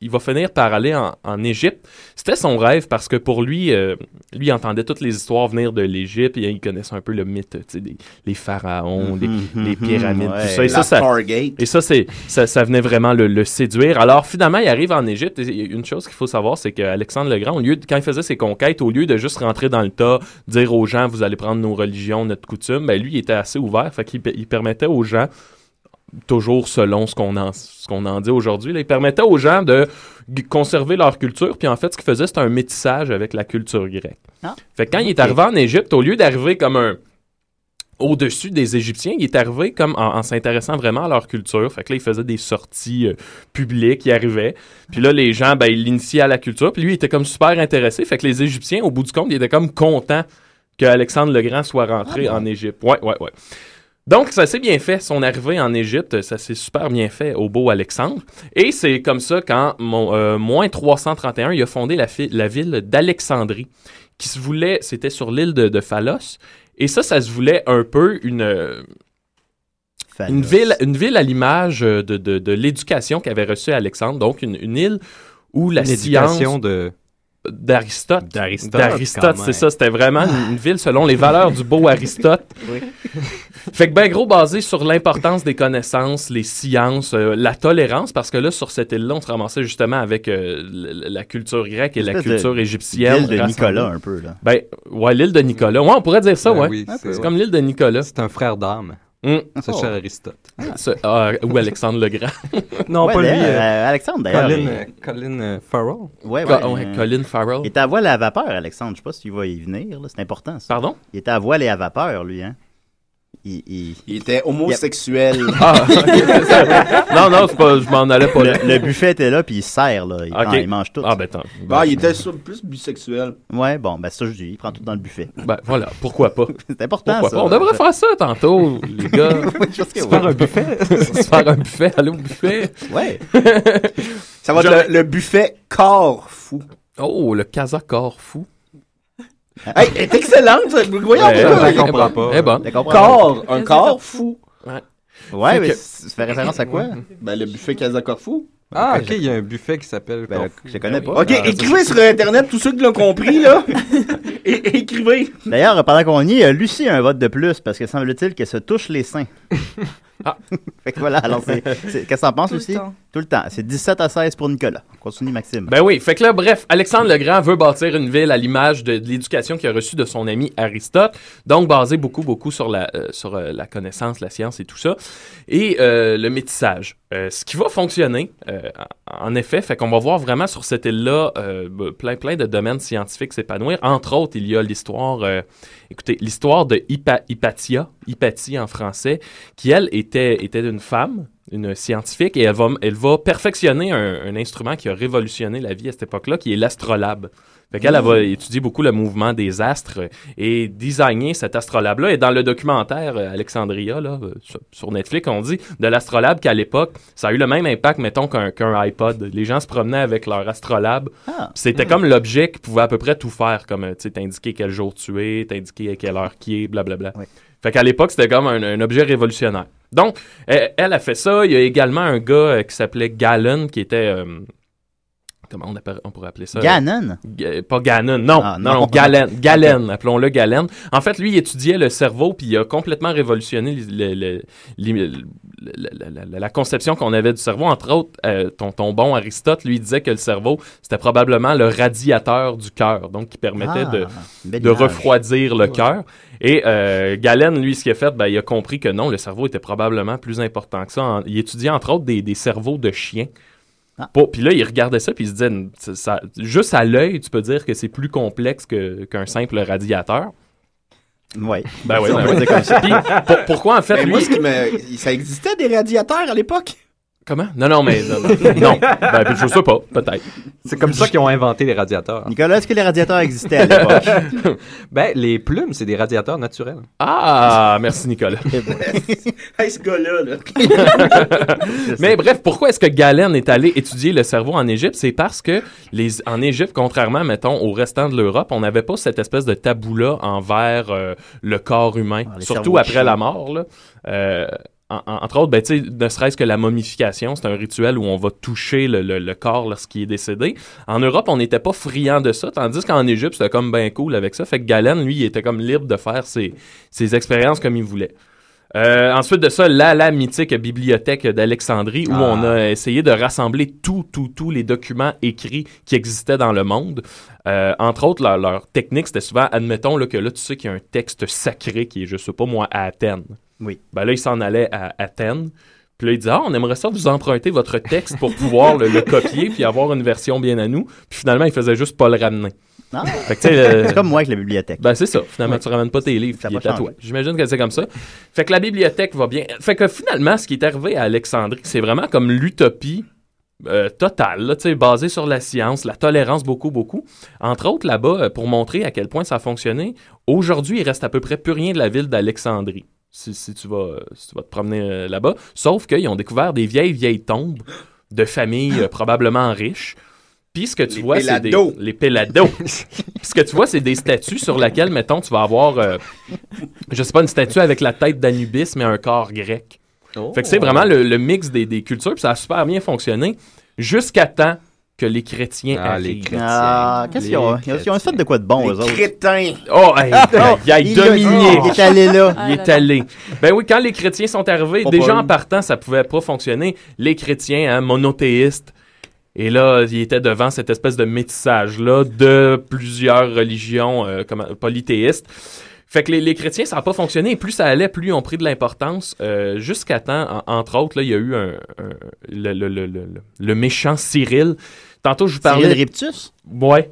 S5: il va finir par aller en, en Égypte. C'était son rêve parce que pour lui, euh, lui il entendait toutes les histoires venir de l'Égypte et il connaissait un peu le mythe, tu sais, des, les pharaons, les-
S8: Mhm,
S5: les,
S8: mhm,
S5: pyramides,
S8: ouais.
S5: tout ça. Et
S8: La
S5: ça, ça-
S8: Stargate.
S5: et ça, c'est, ça, ça venait vraiment le, le séduire. Alors, finalement, il arrive en Égypte. Et une chose qu'il faut savoir, c'est qu'Alexandre le Grand, au lieu de- quand il faisait ses conquêtes, au lieu de juste rentrer dans le tas, dire aux gens, vous allez prendre nos religions, notre coutume, ben, lui, il était assez ouvert. Fait qu'il pe- il permettait aux gens toujours selon ce qu'on en, ce qu'on en dit aujourd'hui. là. Il permettait aux gens de g- conserver leur culture, puis en fait, ce qu'il faisait, c'était un métissage avec la culture grecque.
S4: Ah.
S5: Fait que quand il est arrivé en Égypte, au lieu d'arriver comme un au-dessus des Égyptiens, il est arrivé comme en, en s'intéressant vraiment à leur culture. Fait que là, il faisait des sorties euh, publiques, il arrivait. Puis là, les gens, ben, ils l'initiaient à la culture. Puis lui, il était comme super intéressé. Fait que les Égyptiens, au bout du compte, ils étaient comme contents que Alexandre le Grand soit rentré en Égypte. Ouais, ouais, ouais. Donc, ça s'est bien fait. Son arrivée en Égypte, ça s'est super bien fait au beau Alexandre. Et c'est comme ça qu'en mon- euh, moins 331, il a fondé la, fi- la ville d'Alexandrie, qui se voulait, c'était sur l'île de, de Phalos. Et ça, ça se voulait un peu une, euh, une ville, une ville à l'image euh, de, de- de l'éducation qu'avait reçue Alexandre, donc une, une île où la
S8: Une
S5: science...
S8: éducation de-
S5: D'Aristote.
S8: D'Aristote,
S5: D'Aristote,
S8: quand
S5: c'est
S8: même.
S5: ça. C'était vraiment une, une ville selon les valeurs du beau Aristote. Fait que ben gros, basé sur l'importance des connaissances, les sciences, euh, la tolérance, parce que là, sur cette île-là, on se ramassait justement avec euh, l- la culture grecque et la
S4: Espèce de-
S5: culture égyptienne.
S4: l'île de
S5: rassemblée.
S4: Nicolas, un peu, là.
S5: Ben, ouais, l'île de Nicolas. Ouais, on pourrait dire ça, ouais.
S6: Ah,
S8: oui,
S5: c'est
S8: c'est-
S5: comme l'île de Nicolas. C'est un frère d'âme.
S6: Oh.
S8: Ça, c'est Aristote.
S5: Ce- ah, ou Alexandre le Grand.
S8: Non,
S4: Ouais,
S8: pas lui.
S4: d'ailleurs,
S8: euh,
S4: euh, Alexandre, d'ailleurs.
S8: Colin,
S4: il-
S8: euh, Colin euh, Farrell.
S4: Ouais,
S5: Co-
S4: ouais, euh,
S5: ouais,
S8: Hum.
S5: Colin Farrell.
S4: Il était à voile et à vapeur, Alexandre. Je sais pas s'il va y venir. là. C'est important, ça.
S5: Pardon?
S4: Il était à voile et à vapeur, lui, hein? Il, il...
S10: était homosexuel.
S4: Ah,
S5: non, non, c'est pas, je m'en allais pas là.
S4: Le, le buffet était là, puis il sert, là. Il,
S5: Ok.
S4: prend- il mange tout.
S5: Ah, ben, tant.
S10: Bah, il était sur- plus bisexuel.
S4: Ouais, bon, ben ça, je dis, il prend tout dans le buffet.
S5: Ben, voilà, pourquoi pas?
S4: C'est important,
S5: Pourquoi
S4: ça.
S5: pas? On devrait faire ça tantôt, les gars.
S4: Je pense que
S5: Se
S4: oui.
S5: faire un buffet. Se faire un buffet, aller au buffet.
S4: Ouais.
S10: Ça va être
S5: J'aurais-
S10: le, le buffet corps fou.
S5: Oh, le casa corps fou.
S10: Hey, elle est excellente. ça. Voyons,
S5: Ouais,
S10: pourquoi-
S5: je la comprends ben, pas. Eh ben. Je la comprends
S10: Corps,
S5: pas.
S10: un corps fou.
S5: Ouais.
S4: Ouais,
S10: Fait
S4: mais
S10: que-
S4: ça fait référence à quoi?
S10: Ben, le buffet Casa Corps fou. Ah,
S8: Ah, ok, il y a un buffet qui s'appelle.
S4: Ben,
S8: Corfu.
S4: je le connais pas.
S10: Ok, écrivez sur Internet tous ceux qui l'ont compris, là. É- écrivez.
S4: D'ailleurs, pendant qu'on y est, euh, Lucie a un vote de plus parce que semble-t-il qu'elle se touche les seins.
S5: Ah.
S4: fait que voilà, alors c'est. c'est- Qu'est-ce que t'en penses,
S5: Tout le
S4: Lucie?
S5: temps.
S4: Tout le temps. C'est 17 à 16 pour Nicolas. Continue, Maxime.
S5: Ben oui, fait que là, bref, Alexandre le Grand veut bâtir une ville à l'image de, de l'éducation qu'il a reçue de son ami Aristote, donc basée beaucoup, beaucoup sur la, euh, sur, euh, la connaissance, la science et tout ça, et euh, le métissage. Euh, ce qui va fonctionner, euh, en en effet, fait qu'on va voir vraiment sur cette île-là euh, ben, plein, plein de domaines scientifiques s'épanouir. Entre autres, il y a l'histoire, euh, écoutez, l'histoire de Hippa- Hypatia, Hypatie en français, qui, elle, était, était une femme, une scientifique, et elle va, elle va perfectionner un, un instrument qui a révolutionné la vie à cette époque-là, qui est l'astrolabe. Fait qu'elle, elle va étudier beaucoup le mouvement des astres euh, et designer cet astrolabe-là. Et dans le documentaire euh, Alexandria, là, euh, sur- sur Netflix, on dit de l'astrolabe qu'à l'époque, ça a eu le même impact, mettons, qu'un qu'un iPod. Les gens se promenaient avec leur astrolabe. Puis C'était comme l'objet qui pouvait à peu près tout faire, comme, euh, tu sais, t'indiquer quel jour tu es, t'indiquer à quelle heure qui est, blablabla. Fait qu'à l'époque, c'était comme un, un objet révolutionnaire. Donc, elle, elle a fait ça. Il y a également un gars euh, qui s'appelait Galen, qui était... euh, comment on, appelle- on pourrait appeler ça? euh,
S4: Gannon?
S5: Ga- pas Gannon, non, non, non, Galen, Galen, appelons-le Galen. En fait, lui, il étudiait le cerveau, puis il a complètement révolutionné le- le- le- le- la, la- la- la conception qu'on avait du cerveau. Entre autres, euh, ton, ton bon Aristote, lui, disait que le cerveau, c'était probablement le radiateur du cœur, donc qui permettait
S4: Ah,
S5: de,
S4: belle
S5: de
S4: image.
S5: refroidir le cœur. Et euh, Galen, lui, ce qu'il a fait, ben, il a compris que non, le cerveau était probablement plus important que ça. En- il étudiait, entre autres, des, des cerveaux de chiens. Pas- Puis là, il regardait ça, puis il se disait, ça- ça- juste à l'œil, tu peux dire que c'est plus complexe que- qu'un simple radiateur.
S4: Oui.
S5: Ben oui,
S10: On
S5: ben
S10: peut
S5: oui.
S10: dire comme ça.
S5: Puis, pour- pourquoi, en fait,
S10: Ben,
S5: lui...
S10: moi, ce qui me- ça existait des radiateurs à l'époque.
S5: Comment? Non, non, mais... Non, non. Non. Ben, puis je sais pas, peut-être.
S8: C'est comme ça qu'ils ont inventé les radiateurs.
S4: Nicolas, est-ce que les radiateurs existaient à l'époque?
S8: ben, les plumes, c'est des radiateurs naturels.
S5: Ah, merci Nicolas.
S10: Hey, ce gars-là, là.
S5: Mais bref, pourquoi est-ce que Galen est allé étudier le cerveau en Égypte? C'est parce que les, en Égypte, contrairement, mettons, au restant de l'Europe, on n'avait pas cette espèce de tabou-là envers euh, le corps humain,
S8: Ah, les cerveaux
S5: surtout
S8: de
S5: après
S8: chien.
S5: la mort. là. Euh, en- en- entre autres, ben, tu sais, ne serait-ce que la momification, c'est un rituel où on va toucher le, le- le corps lorsqu'il est décédé. En Europe, on n'était pas friand de ça, tandis qu'en Égypte, c'était comme ben cool avec ça. Fait que Galen, lui, il était comme libre de faire ses, ses expériences comme il voulait. Euh, ensuite de ça, la, la mythique bibliothèque d'Alexandrie où
S8: Ah.
S5: on a essayé de rassembler tous, tous, tous les documents écrits qui existaient dans le monde. Euh, entre autres, leur, leur technique, c'était souvent, admettons là, que là, tu sais qu'il y a un texte sacré qui est, je sais pas moi, à Athènes.
S4: Oui.
S5: Ben là, ils s'en allaient à Athènes. Puis là, ils disaient, ah, on aimerait ça vous emprunter votre texte pour pouvoir le, le copier puis avoir une version bien à nous. Puis finalement, ils faisaient juste pas le ramener.
S4: Ah.
S5: Fait que, tu sais, euh, le-
S4: C'est comme moi avec la bibliothèque.
S5: ben, c'est ça. Finalement,
S4: Ouais.
S5: tu ramènes pas tes livres.
S4: Ça
S5: puis
S4: a
S5: il est
S4: pas
S5: à toi. J'imagine que c'est comme ça. Fait que la bibliothèque va bien. Fait que finalement, ce qui est arrivé à Alexandrie, c'est vraiment comme l'utopie euh, totale, là, tu sais, basée sur la science, la tolérance, beaucoup, beaucoup. Entre autres, là-bas, euh, pour montrer à quel point ça a fonctionné, aujourd'hui, il reste à peu près plus rien de la ville d'Alexandrie. Si, si tu vas, euh, si tu vas te promener euh, là-bas. Sauf qu'ils ont découvert des vieilles, vieilles tombes de familles euh, probablement riches. Puis ce que tu vois, c'est des...
S10: pélados.
S5: Les pélados. Puis ce que tu vois, c'est des statues sur lesquelles, mettons, tu vas avoir, euh, je sais pas, une statue avec la tête d'Anubis, mais un corps grec.
S8: Oh.
S5: Fait que c'est vraiment le, le mix des, des cultures, puis ça a super bien fonctionné jusqu'à temps que les chrétiens
S4: Ah,
S5: arrivent.
S4: les chrétiens. Ah, qu'est-ce qu'ils ont- ils ont- ils ont fait de quoi de bon, Les eux autres?
S10: crétins.
S5: Oh, hey,
S4: Ah,
S5: hey,
S4: il a-
S5: hey, dominé.
S4: il est allé là.
S5: Il
S4: Ah
S5: est
S4: là
S5: allé. Ben oui, quand les chrétiens sont arrivés,
S4: Pas
S5: déjà
S4: pas
S5: en
S4: eu.
S5: partant, ça pouvait pas fonctionner. Les chrétiens, hein, monothéistes, et là, ils étaient devant cette espèce de métissage-là de plusieurs religions euh, comment- polythéistes. Fait que les, les chrétiens, ça n'a pas fonctionné. Et plus ça allait, plus ils ont pris de l'importance. euh, Jusqu'à temps, en- entre autres, là, il y a eu un, un- le, le- le- le- le- le méchant Cyril. Tantôt, je vous parlais.
S4: Cyril Riptus?
S5: Ouais.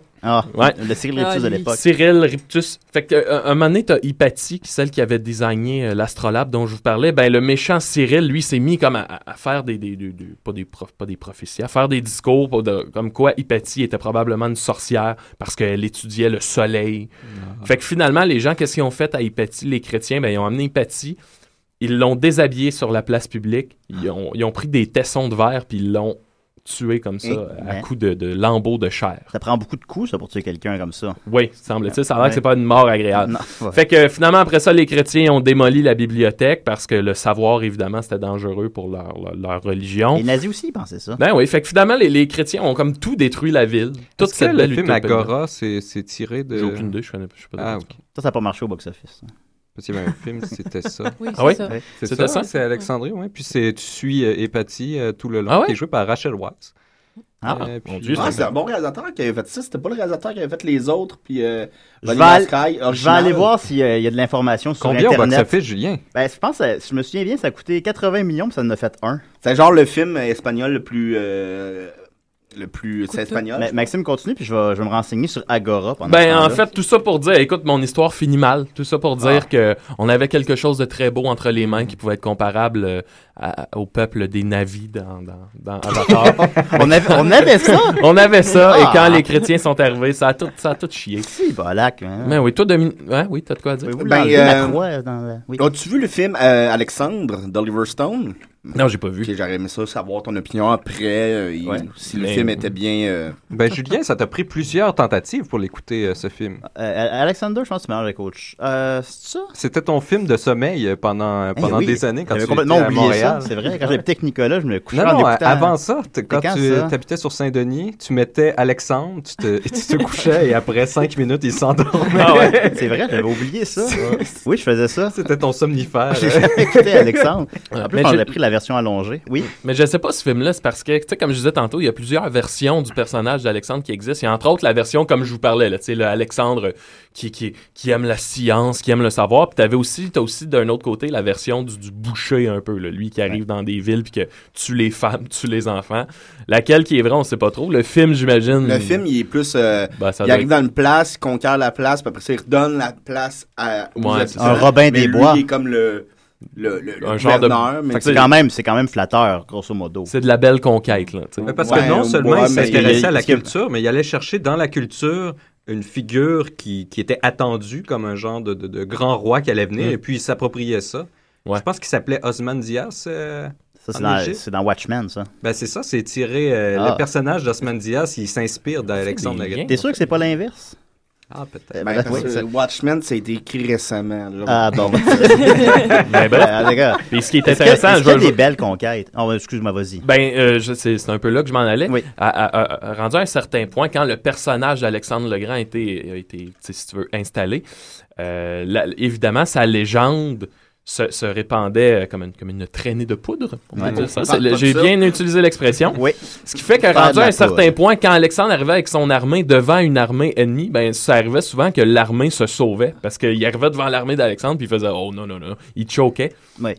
S5: Ouais.
S4: le Cyril Riptus Ah, de lui. l'époque.
S5: Cyril Riptus. Fait que, euh, un moment donné, t'as Hypatie, qui- celle qui avait désigné euh, l'astrolabe dont je vous parlais. Ben, le méchant Cyril, lui, s'est mis comme à, à- à faire des, des- des- des- pas des prof- pas des prophéties, à faire des discours pour de- comme quoi Hypatie était probablement une sorcière parce qu'elle étudiait le soleil. Fait que finalement, les gens, qu'est-ce qu'ils ont fait à Hypatie, les chrétiens? Ben, ils ont amené Hypatie. Ils l'ont déshabillé sur la place publique. Ils ont, ils ont pris des tessons de verre puis ils l'ont tué comme ça,
S4: Eh,
S5: à
S4: ben.
S5: coups de, de lambeaux de chair.
S4: Ça prend beaucoup de coups, ça, pour tuer quelqu'un comme ça.
S5: Oui, semble-t-il. Ça a l'air
S4: Ouais.
S5: que c'est pas une mort agréable.
S4: Non,
S9: Mm.
S4: ouais.
S5: Fait que finalement, après ça, les chrétiens ont démoli la bibliothèque parce que le savoir, évidemment, c'était dangereux pour leur, leur- leur religion.
S4: Les nazis aussi, ils pensaient ça.
S5: Ben oui, fait que finalement, les, les chrétiens ont comme tout détruit la ville. Toute
S9: Est-ce que
S5: cette
S9: le
S5: belle
S9: film
S5: utopie.
S9: Agora, c'est c'est tiré de...
S5: J'ai aucune idée, je connais pas- je sais pas de
S9: Ah,
S5: quoi
S9: ok.
S4: Ça, ça n'a pas marché au box-office.
S9: Parce qu'il y avait un film, c'était ça.
S4: Oui, c'est Ah oui? ça.
S9: C'est
S4: C'était
S9: ça,
S4: ça?
S9: c'est Alexandrie, oui. Puis c'est, tu suis euh, Hépatie euh, tout le long,
S6: Ah ouais?
S9: qui est joué par Rachel Weisz.
S6: Ah,
S9: Euh, puis-
S6: Ah, c'est un bon réalisateur qui avait fait ça. C'était pas le réalisateur qui avait fait les autres. Puis, euh,
S4: Je vais,
S6: Vanilla
S4: aller,
S6: Sky,
S4: je vais
S6: original.
S4: aller voir s'il y a- il y a de l'information sur
S9: Combien au
S4: Internet.
S9: box-office, Julien?
S4: Ben, je pense, euh, si je me souviens bien, ça a coûté 80 millions, puis ça en a fait un.
S6: C'est genre le film espagnol le plus. euh, le plus. C'est espagnol.
S4: Ma- Maxime continue, puis je vais, je vais me renseigner sur Agora pendant ce
S5: Ben,
S4: temps-là.
S5: en fait, tout ça pour dire, écoute, mon histoire finit mal. Tout ça pour
S9: Ah.
S5: dire que on avait quelque chose de très beau entre les mains qui pouvait être comparable euh, à- au peuple des navis dans, dans, dans Avatar.
S4: On avait- on avait ça?
S5: on avait ça. Et
S4: Ah.
S5: quand les chrétiens sont arrivés, ça a tout, ça a tout chié.
S4: Si, balac, hein.
S5: Mais oui, toi, Dominique. Ouais, oui, t'as de quoi dire?
S4: Vous l'enlevez,
S6: euh,
S4: la croix dans la- oui.
S6: ben, As-tu vu le film euh, Alexandre d'Oliver Stone?
S5: Non, j'ai pas vu.
S6: J'aurais aimé ça, savoir ton opinion après, euh, il- si le
S9: Mais-
S6: film était bien... euh,
S9: Ben, Julien, ça t'a pris plusieurs tentatives pour l'écouter, euh, ce film.
S4: Euh, Alexander, je pense que tu mélanges les coachs. Euh, c'est ça?
S9: C'était ton film de sommeil euh, pendant, euh,
S4: Eh
S9: pendant
S4: oui.
S9: des années quand
S4: J'avais
S9: tu
S4: complètement
S9: étais à
S4: oublié
S9: Montréal.
S4: ça, c'est vrai. Quand j'avais petit avec Nicolas, je me couchais
S9: non,
S4: en
S9: non,
S4: écoutant-
S9: avant ça, t-
S4: C'était
S9: quand,
S4: quand,
S9: tu
S4: ça?
S9: habitais sur Saint-Denis, tu mettais Alexandre, tu te, et tu te couchais et après cinq minutes, il s'endormait.
S4: Ah ouais, c'est vrai, j'avais oublié ça. Oui, je faisais ça.
S9: C'était ton somnifère.
S4: J'ai jamais écouté Alexandre.
S5: Ouais,
S4: En
S5: Ah. mais
S4: plus, on
S5: j'ai-
S4: a pris la version allongée. Oui.
S5: Mais je sais pas ce film-là, c'est parce que, tu sais, comme je disais tantôt, il y a plusieurs versions du personnage d'Alexandre qui existent. Il y a entre autres la version, comme je vous parlais, là, tu sais, le Alexandre qui, qui, qui aime la science, qui aime le savoir. Puis t'avais aussi, t'as aussi d'un autre côté la version du, du boucher un peu, là, lui qui arrive dans des villes puis que tue les femmes, tue les enfants. Laquelle qui est vraie, on sait pas trop. Le film, j'imagine.
S4: Hmm.
S6: Le film, il est plus... euh,
S5: Ben, ça
S6: il
S5: doit
S6: arrive
S5: être-
S6: dans une place, il conquiert la place, puis après ça, il redonne la place à... aux
S5: Ouais,
S6: habitants.
S5: c'est ça. Un
S4: Robin
S6: Mais
S4: des
S6: lui,
S4: Bois.
S6: il est comme le... le, le, le
S5: Un genre de-
S6: gouverneur, mais-
S4: Fait que c'est quand même, c'est quand même flatteur, grosso modo.
S5: C'est de la belle conquête, là. tu sais.
S9: Mais parce que non seulement il s'intéressait à la culture, mais il allait chercher dans la culture une figure qui, qui était attendue comme un genre de, de- de grand roi qui allait venir,
S4: Mm.
S9: et puis il s'appropriait ça. Je pense qu'il s'appelait Osman Diaz. euh,
S4: Ça, c'est
S9: en
S4: dans,
S9: Égypte.
S4: c'est dans Watchmen, ça.
S9: Ben, c'est ça, c'est tiré. euh,
S4: Ah.
S9: Le personnage d'Osman Diaz, il s'inspire d'Alexandre
S4: des
S9: Lagarde.
S4: T'es sûr que c'est pas l'inverse?
S9: Ah, peut-être.
S6: Ben, parce que
S4: oui.
S6: Watchmen, ça a été écrit récemment. là.
S4: Ah bon.
S5: Ben, bref.
S4: Ah, d'accord.
S5: Puis ce qui est
S4: Est-ce que-
S5: intéressant,
S4: est-ce
S5: je
S4: qu'il y a
S5: veux-
S4: des belles conquêtes. Oh, excuse-moi, vas-y.
S5: Ben, euh, je- c'est c'est un peu là que je m'en allais. À- à- à- rendu à un certain point, quand le personnage d'Alexandre le Grand a été, a été, tu sais, si tu veux, installé, euh, la- évidemment, sa légende se, se répandait euh, comme une, comme une traînée de poudre. on peut
S9: Ouais.
S5: dire ça.
S9: On
S5: C'est le-
S9: parle pas de
S5: J'ai
S9: ça.
S5: bien utilisé l'expression.
S4: Oui.
S5: Ce qui fait que,
S9: Faire de
S5: rendu à
S9: la
S5: un certain
S9: poudre.
S5: point, quand Alexandre arrivait avec son armée devant une armée ennemie, ben, ça arrivait souvent que l'armée se sauvait. Parce qu'il arrivait devant l'armée d'Alexandre, puis il faisait Oh non, non, non. Il choquait.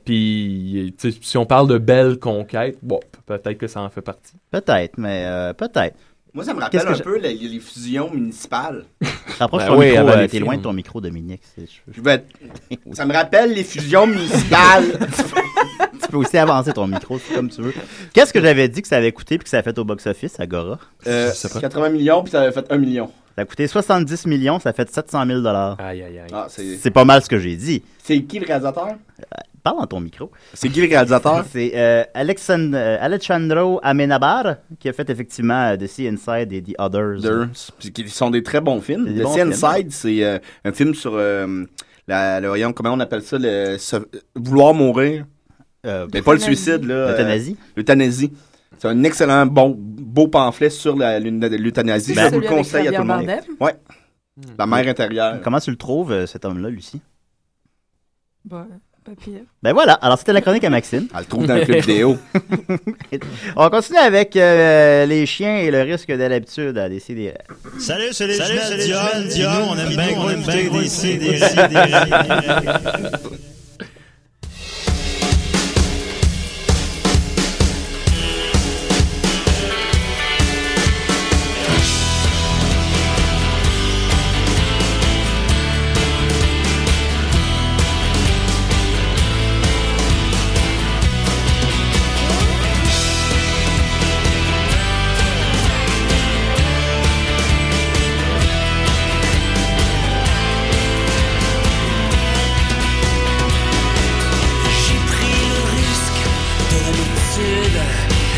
S5: Puis, tu sais, si on parle de belle conquête, bon, peut-être que ça en fait partie.
S4: Peut-être, mais euh, peut-être.
S6: Moi, ça me rappelle
S4: Qu'est-ce que
S6: un
S4: je-
S6: peu les, les fusions municipales.
S4: Rapproche
S5: Ben
S4: ton
S5: oui,
S4: micro,
S5: avant
S4: euh,
S5: les
S4: t'es
S5: films.
S4: loin de ton micro, Dominique. c'est- je-
S6: Je vais- Ça me rappelle les fusions municipales.
S4: tu peux aussi avancer ton micro, c'est comme tu veux. Qu'est-ce que j'avais dit que ça avait coûté puis que ça a fait au box-office, Agora?
S6: Euh, 80 millions, puis ça avait fait 1 million.
S4: Ça a coûté 70 millions, ça a fait 700 000
S5: Aïe, aïe, aïe.
S6: Ah, c'est-
S4: C'est pas mal ce que j'ai dit.
S6: C'est qui le réalisateur?
S4: Parle dans ton micro.
S6: C'est qui le réalisateur?
S4: C'est euh, Alexand- euh, Alejandro Amenabar qui a fait effectivement euh, The Sea Inside et The Others.
S6: Deux. Puis qui sont des très bons films.
S4: Des
S6: The
S4: bons
S6: Sea
S4: films.
S6: Inside, c'est euh, un film sur euh, la, le- voyons, comment on appelle ça, le se- vouloir mourir.
S4: Euh,
S6: Mais pas le
S4: l'euthanasie.
S6: suicide, là. euh,
S4: L'euthanasie.
S6: L'euthanasie. C'est un excellent, bon, beau pamphlet sur la- l'euthanasie.
S4: Ben-
S6: Je vous le
S4: Celui avec
S6: conseille à tout le monde.
S4: Javier
S6: Ouais. La mère intérieure.
S4: euh, Comment tu le trouves, euh, cet homme-là, Lucie?
S3: Bah,
S7: Papillon.
S4: Ben voilà, alors c'était la chronique à Maxime.
S10: Elle le trouve dans le club vidéo.
S4: On continue avec euh, les chiens et le risque de l'habitude à décider.
S11: Salut, c'est
S3: les
S11: Salut,
S3: jumelles
S11: c'est les
S3: Dion,
S11: jumelles
S3: Dion,
S11: Dion.
S3: on aime
S11: Puis
S3: bien
S11: nous,
S3: gros
S11: aime
S3: écouter
S11: bien gros
S3: des
S11: écouter
S3: CDC,
S11: des
S3: J'ai pris le risque de l'habitude.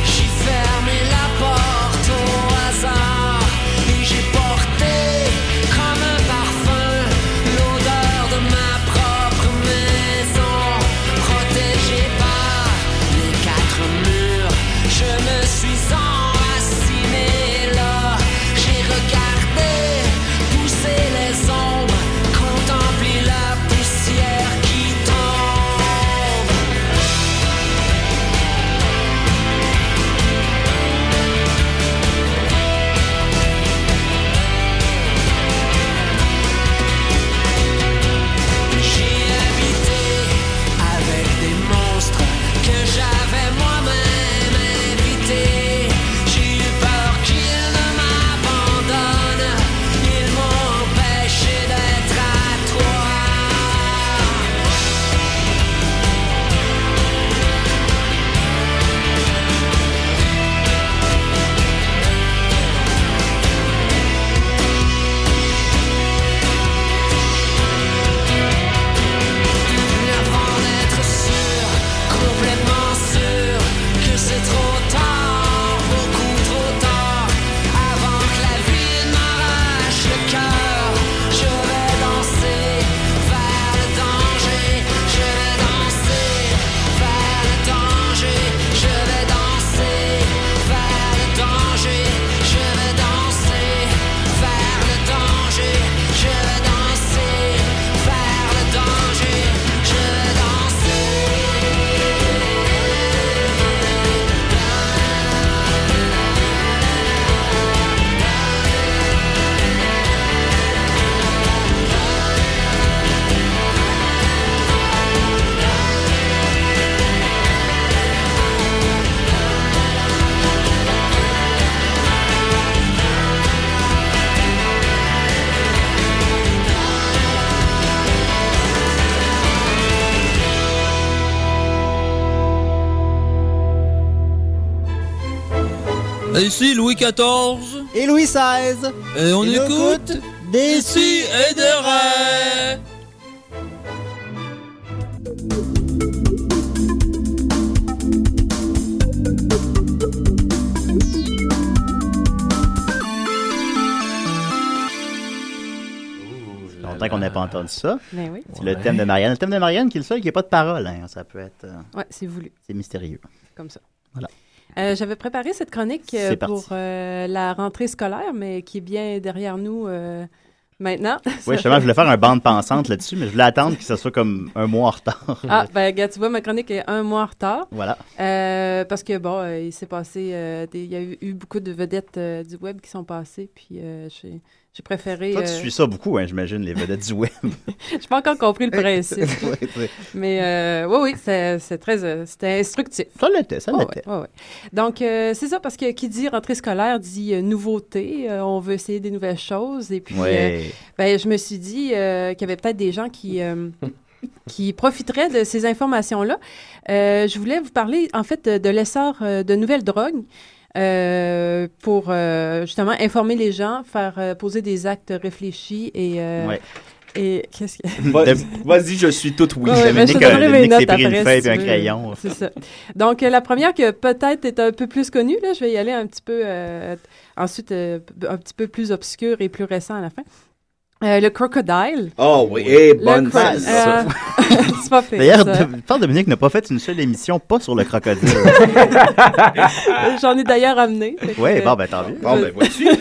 S3: J'ai fermé la porte au hasard. Et j'ai porté comme un parfum l'odeur de ma propre maison. Protégé par les quatre murs, je me suis enraciné là. J'ai regardé pousser les ombres, contempler la poussière qui tombe. J'ai habité avec des monstres que j'avais moi-même invités. J'ai eu peur qu'ils ne m'abandonnent. Ils m'ont empêché d'être à toi. Avant d'être sûr, complètement sûr que c'est trop tard, beaucoup trop tard. Avant que la vie m'arrache le cœur, je vais danser vers le danger. Je vais danser vers le danger. Je vais danser vers le danger. Je vais danser vers le danger. Je vais danser vers le danger. Je vais danser.
S12: Ici Louis XIV.
S13: Et Louis XVI.
S12: Et on
S13: Et
S12: écoute
S13: des
S12: Ici et de rêve.
S4: Longtemps qu'on n'a pas entendu ça.
S7: Ben oui.
S4: C'est le thème de Marianne. Le thème de Marianne qui est le seul qui n'a pas de parole. hein. Ça peut être. euh,
S7: Ouais, c'est voulu,
S4: C'est mystérieux.
S7: comme ça.
S4: Voilà.
S14: Euh, J'avais préparé cette chronique euh,
S4: C'est parti.
S14: pour euh, la rentrée scolaire, mais qui est bien derrière nous euh, maintenant.
S4: Oui, justement, je voulais faire un bande pensante là-dessus, mais je voulais attendre que ça soit comme un mois en retard.
S14: Ah, ben, regarde, tu vois, ma chronique est un mois en retard.
S4: Voilà.
S14: Euh, parce que, bon, euh, il s'est passé, euh, des- il y a eu, eu beaucoup de vedettes euh, du web qui sont passées, puis euh, j'ai j'ai préféré.
S4: Toi, tu
S14: euh,
S4: suis ça beaucoup, hein, j'imagine, les vedettes du web.
S14: J'ai pas encore compris le principe.
S4: Ouais, ouais.
S14: Mais euh, oui, oui, c'est c'est très, euh, c'était instructif.
S4: Ça l'était,
S14: Ah
S4: ça l'était.
S14: Donc, euh, c'est ça, parce que qui dit rentrée scolaire dit euh, nouveauté. euh, on veut essayer des nouvelles choses. Et puis,
S3: Ouais.
S14: euh, ben, je me suis dit euh, qu'il y avait peut-être des gens qui... euh, qui profiteraient de ces informations-là. Euh, je voulais vous parler, en fait, de, de l'essor euh, de nouvelles drogues euh, pour euh, justement informer les gens, faire euh, poser des actes réfléchis et... euh,
S10: Ouais.
S14: Et qu'est-ce que...
S4: euh,
S10: Va- Vas-y, je suis toute oui.
S14: Ouais, ouais, mais je te donnerai mes notes
S10: s'est pris
S14: après,
S10: une feuille et
S14: si
S10: un
S14: tu veux.
S10: crayon.
S14: C'est ça. Donc, euh, la première que peut-être est un peu plus connue, là, je vais y aller un petit peu, euh, ensuite, euh, p- un petit peu plus obscur et plus récent à la fin. Euh, le crocodile.
S6: Ah
S10: Oh oui,
S6: eh,
S10: et
S14: Le
S10: bonne
S14: cro-
S10: face.
S14: euh, c'est pas fait,
S4: D'ailleurs,
S14: ça.
S4: de- Pierre Dominique n'a pas fait une seule émission pas sur le crocodile.
S14: J'en ai d'ailleurs amené. fait que,
S4: oui,
S14: euh,
S4: bon, ben tant mieux.
S14: Bon, ben,
S4: voici.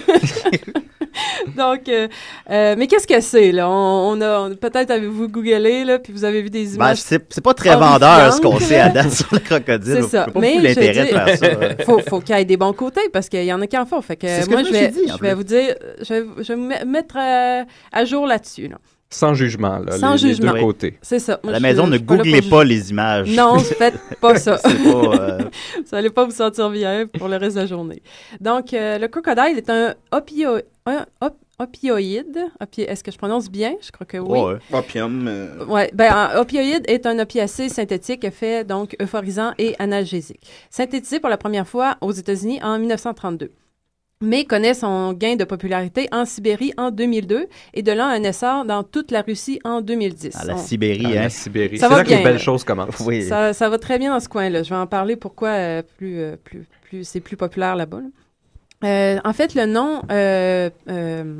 S14: Donc, euh, euh, mais qu'est-ce que c'est, là? On, on a, on- peut-être avez-vous googlé, là, puis vous avez vu des
S4: Ben,
S14: images.
S4: c'est c'est pas très vendeur ce qu'on
S14: horrifiantes,
S4: sait à
S14: là.
S4: date sur le crocodile.
S14: C'est ça.
S4: Je vois pas
S14: Mais
S4: beaucoup
S14: je veux
S4: l'intérêt de
S14: dire, euh,
S4: faire ça. euh.
S14: faut, faut qu'il y ait des bons côtés parce qu'il y en a qui en font. Fait que
S9: C'est ce que
S14: moi,
S9: je
S14: je,
S9: me
S14: vais,
S9: suis dit, en
S14: je vais
S9: plus.
S14: vous dire, je vais, je vais me mettre euh, à jour là-dessus. là.
S9: Sans jugement,
S4: Euh,
S9: là,
S14: Sans
S9: les,
S14: jugement.
S9: les deux côtés.
S14: C'est ça.
S4: À la maison, ne googlez pas, les images.
S14: Non, faites pas ça.
S4: C'est pas, euh,
S14: vous n'allez pas vous sentir bien pour le reste de la journée. Donc, euh, le crocodile est un, opio- un op- opioïde. Opi- Est-ce que je prononce bien? Je crois que oui.
S6: Ouais. Opium. euh,
S14: Ouais, ben, un opioïde est un opiacé synthétique fait donc euphorisant et analgésique. Synthétisé pour la première fois aux États-Unis en 1932 mais connaît son gain de popularité en Sibérie en 2002 et de là un essor dans toute la Russie en 2010.
S4: à la
S14: On-
S4: Sibérie,
S9: À
S4: hein.
S9: la Sibérie.
S14: Ça
S9: C'est
S14: va
S9: là que les
S14: bien,
S9: belles
S14: là.
S9: choses commencent.
S4: Oui.
S14: ça, ça va très bien dans ce coin-là. Je vais en parler pourquoi euh, plus, euh, plus, plus, c'est plus populaire là-bas. là. Euh, en fait, le nom, euh, euh,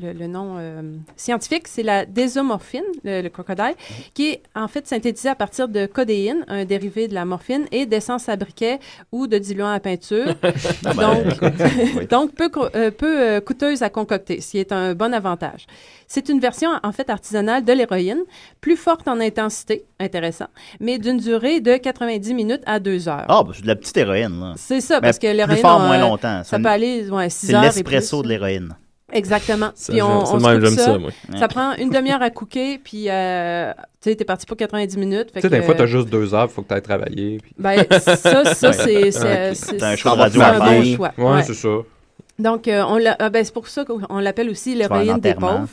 S14: le, le nom euh, scientifique, c'est la désomorphine, le, le crocodile, qui est en fait synthétisé à partir de codéine, un dérivé de la morphine, et d'essence à briquet ou de diluant à peinture.
S3: Ah ben,
S14: donc,
S3: oui.
S14: donc peu, co- euh, peu euh, coûteuse à concocter, ce qui est un bon avantage. C'est une version en fait artisanale de l'héroïne, plus forte en intensité, intéressant, mais d'une durée de 90 minutes à 2 heures.
S4: Ah, ben, c'est de la petite héroïne, là.
S14: C'est ça,
S4: Mais
S14: parce que l'héroïne...
S4: Plus fort,
S14: on,
S4: moins
S14: euh, Ça
S4: longtemps. C'est-
S14: peut aller ouais, 6
S4: C'est
S14: heures et
S4: l'espresso
S14: plus.
S4: de l'héroïne.
S14: Exactement.
S4: Ça,
S14: puis on,
S4: j'aime- c'est
S14: on
S4: le même,
S14: skip
S4: j'aime
S14: ça.
S4: ça, moi.
S14: Ça prend une demi-heure à cooker, puis euh, tu sais, t'es parti pour 90 minutes.
S9: Tu sais, des fois, t'as juste deux heures, faut que t'ailles travailler. puis-
S14: Ben, ça, ça, c'est- c'est-
S9: Ouais.
S14: c'est- T'as un choix de radio
S9: C'est
S14: à
S9: un bon
S14: faire.
S9: choix.
S14: Ouais.
S9: Ouais, c'est ça.
S14: Donc, euh, on l'a- ah, ben, c'est pour ça qu'on l'appelle aussi
S9: vas à un
S14: l'héroïne des
S9: enterrement.
S14: pauvres.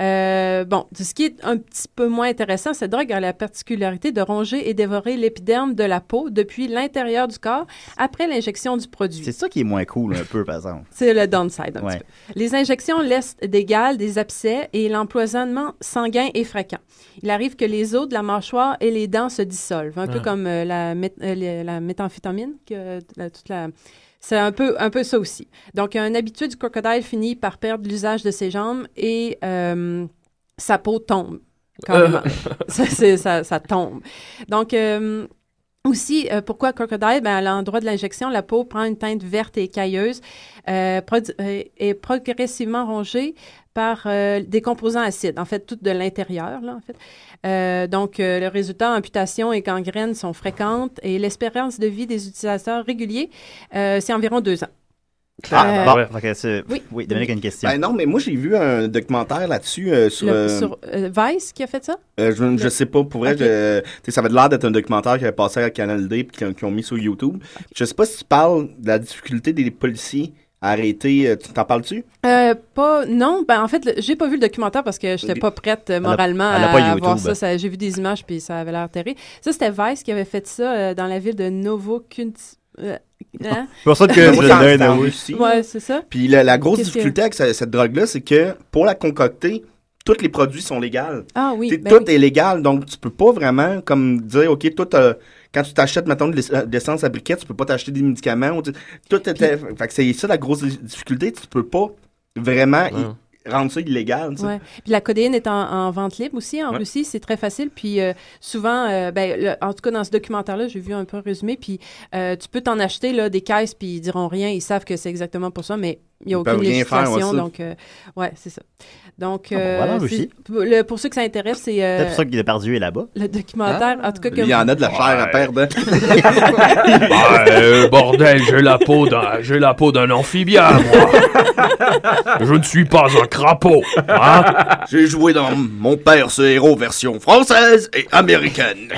S14: Euh, bon, ce qui est un petit peu moins intéressant, cette drogue a la particularité de ronger et dévorer l'épiderme de la peau depuis l'intérieur du corps après l'injection du produit.
S4: C'est ça qui est moins cool, un peu, par exemple.
S14: C'est le downside un petit
S4: Ouais.
S14: peu. Les injections laissent des gales, des abcès et l'empoisonnement sanguin est fréquent. Il arrive que les os de la mâchoire et les dents se dissolvent, un peu
S7: Ah.
S14: comme euh, la, mét- euh, les- la méthamphétamine, que la- toute la- C'est un peu, un peu ça aussi. Donc, un habitué du crocodile finit par perdre l'usage de ses jambes et euh, sa peau tombe, carrément. ça, c'est- ça, ça tombe. Donc, euh, aussi, euh, pourquoi crocodile? Ben, à l'endroit de l'injection, la peau prend une teinte verte et cailleuse euh, produ- euh, et progressivement rongée par euh, des composants acides, en fait, tout de l'intérieur. là, en fait. Euh, donc, euh, le résultat, amputation et gangrène sont fréquentes et l'espérance de vie des utilisateurs réguliers, euh, c'est environ deux ans.
S4: Ah,
S14: Euh,
S4: bon. Fait que c'est-
S14: oui.
S4: Oui, Dominique a une question.
S6: Ben non, mais moi, j'ai vu un documentaire là-dessus euh, sur.
S14: Le-
S6: euh,
S14: sur, euh, Vice qui a fait ça?
S6: Euh, je, je sais pas, pour vrai, je- tu sais, ça avait l'air d'être un documentaire qui avait passé à Canal D et qu'ils qu'ils ont mis sur YouTube. Je sais pas si tu parles de la difficulté des policiers à arrêter. euh, tu- T'en parles-tu?
S14: Euh, pas, non, ben en fait, le- j'ai pas vu le documentaire parce que j'étais pas prête
S6: Elle
S14: euh,
S6: a-
S14: moralement
S6: elle a
S14: à,
S6: pas
S14: à
S6: YouTube.
S14: voir ça. ça- j'ai vu des images puis ça avait l'air terrible. Ça, c'était Vice qui avait fait ça euh, dans la ville de Novokunt. euh, hein?
S6: C'est pour ça que je le donne à eux.
S14: Ouais, c'est ça.
S6: Ah. Puis la, la grosse
S14: Qu'est-ce que-
S6: difficulté avec ce- cette drogue-là, c'est que pour la concocter, tous les produits sont légaux.
S14: Ah oui,
S6: T'sais,
S14: ben
S6: tout
S14: oui.
S6: est légal, donc tu peux pas vraiment comme dire, OK, toi, t'as- quand tu t'achètes, mettons, de l'ess- de l'essence à briquet, tu peux pas t'acheter des médicaments. ou tu- tout était- fait que c'est ça la grosse difficulté, tu peux pas vraiment y- rendre ça illégal. tu sais.
S14: Ouais. Puis la codéine est en, en vente libre aussi en
S6: Ouais.
S14: Russie, c'est très facile. Puis euh, souvent, euh, ben, le- en tout cas dans ce documentaire-là, j'ai vu un peu résumé. Puis euh, tu peux t'en acheter là, des caisses, puis ils diront rien, ils savent que c'est exactement pour ça, mais il n'y a
S6: Ils
S14: aucune
S6: peuvent rien faire, ouais,
S14: législation.
S6: ça.
S14: donc, euh, ouais, c'est ça. Donc,
S4: Ah, bon,
S14: euh,
S4: voilà, en
S14: c'est-
S4: Russie.
S14: pour- le- pour ceux que ça intéresse, c'est euh,
S4: C'est pour ça que Ah. Depardieu est là-bas.
S14: le documentaire. En tout cas, que
S6: Il y en a de la chair à perdre.
S10: hein.
S5: Ben, euh, bordel, j'ai la peau d'un, j'ai la peau d'un amphibien, moi. Je ne suis pas un crapaud. Hein?
S6: J'ai joué dans Mon père, ce héros, version française et américaine.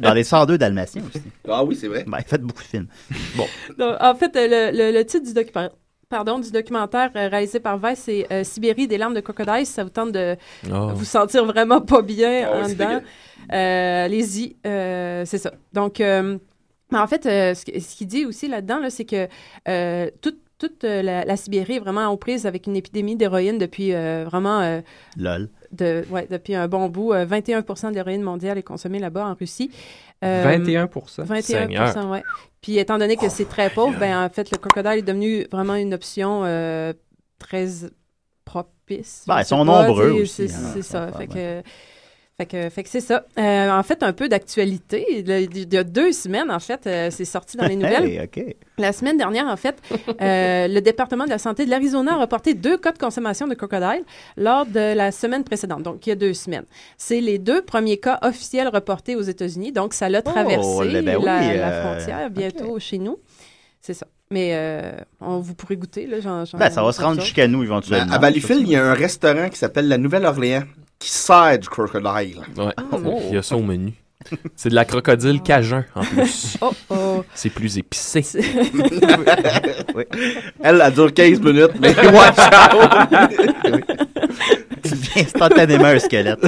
S4: Dans les 102 Dalmatiens aussi.
S6: Ah oui, c'est vrai.
S4: Ben, faites beaucoup de films. Bon.
S14: Donc, en fait, euh, le, le- le titre du documentaire. Pardon, du documentaire euh, réalisé par Vice, c'est euh, Sibérie, des larmes de crocodile. Si ça vous tente de
S3: Oh.
S14: vous sentir vraiment pas bien
S3: Ah oui,
S14: en
S3: c'est
S14: dedans, euh, allez-y. euh, c'est ça. Donc, euh, mais en fait, euh, ce, que- ce qu'il dit aussi là-dedans, là, c'est que euh, toute, toute, euh, la, la Sibérie est vraiment aux prises avec une épidémie d'héroïne depuis euh, vraiment euh,
S4: Lol.
S14: de, ouais, depuis un bon bout. euh, 21 de l'héroïne mondiale est consommée là-bas en Russie. Euh,
S9: 21
S14: 21
S9: Seigneur.
S14: oui. Puis étant donné
S4: Oh,
S14: que c'est très pauvre, ben, en fait, le crocodile est devenu vraiment une option euh, très propice.
S4: Ben,
S14: Je
S4: ils
S14: sais
S4: Ben, sont
S14: pas,
S4: nombreux
S14: tu sais, C'est
S4: aussi, hein,
S14: c'est
S4: ça
S14: ça.
S4: va
S14: Fait
S4: faire,
S14: que, Fait que, fait que c'est ça. Euh, en fait, un peu d'actualité. Il y a deux semaines, en fait, euh, c'est sorti dans les nouvelles.
S4: Hey, OK. Ben,
S14: La semaine dernière, en fait, euh, le département de la santé de l'Arizona a reporté deux cas de consommation de crocodile lors de la semaine précédente, donc il y a deux semaines. C'est les deux premiers cas officiels reportés aux États-Unis, donc ça l'a
S10: Oh,
S14: traversé
S10: eh
S4: le- ben oui,
S14: la, la
S4: euh,
S14: frontière bientôt chez nous. C'est ça. Mais euh, on, vous pourrez goûter, là, j'en, j'en-
S10: Ben, ça va se
S14: j'en-
S10: rendre
S14: j'en-
S10: jusqu'à
S4: nous
S10: Ben,
S4: éventuellement.
S10: à Valleyfield, il y a un restaurant qui s'appelle la Nouvelle-Orléans qui sert du crocodile.
S5: Ouais. Il y a ça au menu. C'est de la crocodile cajun en plus.
S14: Oh, oh.
S5: C'est plus épicé.
S10: Oui. Elle, elle dure 15 minutes, mais watch out!
S4: Tu deviens instantanément un squelette.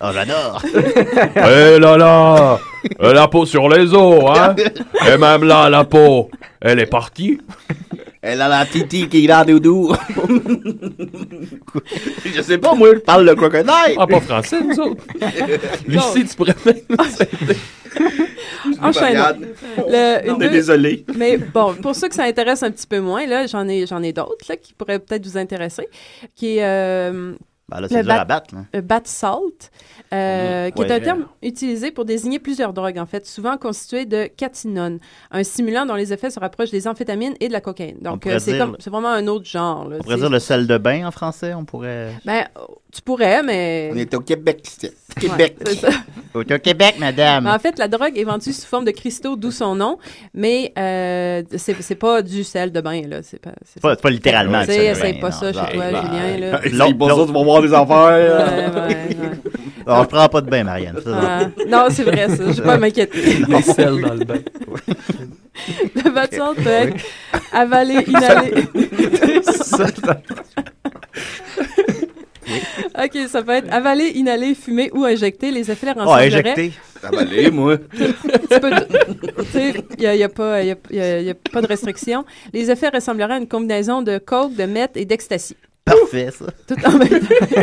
S4: oh, j'adore!
S5: Eh là là! euh, La peau sur les os, hein? Et même là, la peau, elle est partie.
S10: Elle a la titi qui est dans le doudou. je sais pas, moi, je parle le crocodile.
S5: Ah, pas français, nous autres. Lucie, tu pourrais
S14: Enchaînons.
S10: Regarde.
S14: Le-
S10: Non,
S14: une
S10: mais
S14: deux-
S10: désolé.
S14: Mais bon, pour ceux que ça intéresse un petit peu moins, là, j'en ai, j'en ai d'autres là, qui pourraient peut-être vous intéresser. Qui est, euh,
S4: Ben là,
S14: le
S4: c'est dur à
S14: bat-
S4: battre. là.
S14: le bat salt, euh,
S4: Mhm.
S14: qui est un
S4: Ouais.
S14: terme utilisé pour désigner plusieurs drogues, en fait, souvent constituées de catinone, un stimulant dont les effets se rapprochent des amphétamines et de la cocaïne. Donc,
S4: pourrait
S14: euh, c'est
S4: dire-
S14: comme- c'est vraiment un autre genre. là.
S4: On pourrait
S14: C'est-
S4: dire le sel de bain en français, on pourrait...
S14: Ben, tu pourrais, mais...
S4: On est au Québec, c'est
S14: Ouais, Québec. c'est ça.
S4: On est au Québec, madame.
S14: Mais en fait, la drogue est vendue sous forme de cristaux, d'où son nom, mais euh, c'est c'est pas du sel de bain, là. C'est pas, c'est
S4: C'est pas,
S14: ça.
S4: c'est pas littéralement.
S14: Tu sais, essaye pas ça chez
S4: Ben,
S14: toi, Julien, là.
S10: Les bons autres vont voir des affaires.
S14: Ouais, ouais,
S4: On ne prend pas de bain, Marianne. Ça,
S14: Ah, non, c'est vrai, ça. Je vais pas m'inquiéter.
S4: Non.
S14: Des sels dans le bain. Le bâtiment peut être avalé, inhalé. OK, ça peut être avalé, inhalé, fumé ou injecté. Les effets leur en
S10: Oh,
S4: Ah,
S14: sembleraient-
S10: injecté. Avalé, moi.
S14: Tu peux- tu sais, il n'y a, il y a pas il y a- il y a- il y a pas de restriction. Les effets ressembleraient à une combinaison de coke, de meth et d'ecstasy.
S4: Parfait, ça.
S14: Tout en même temps.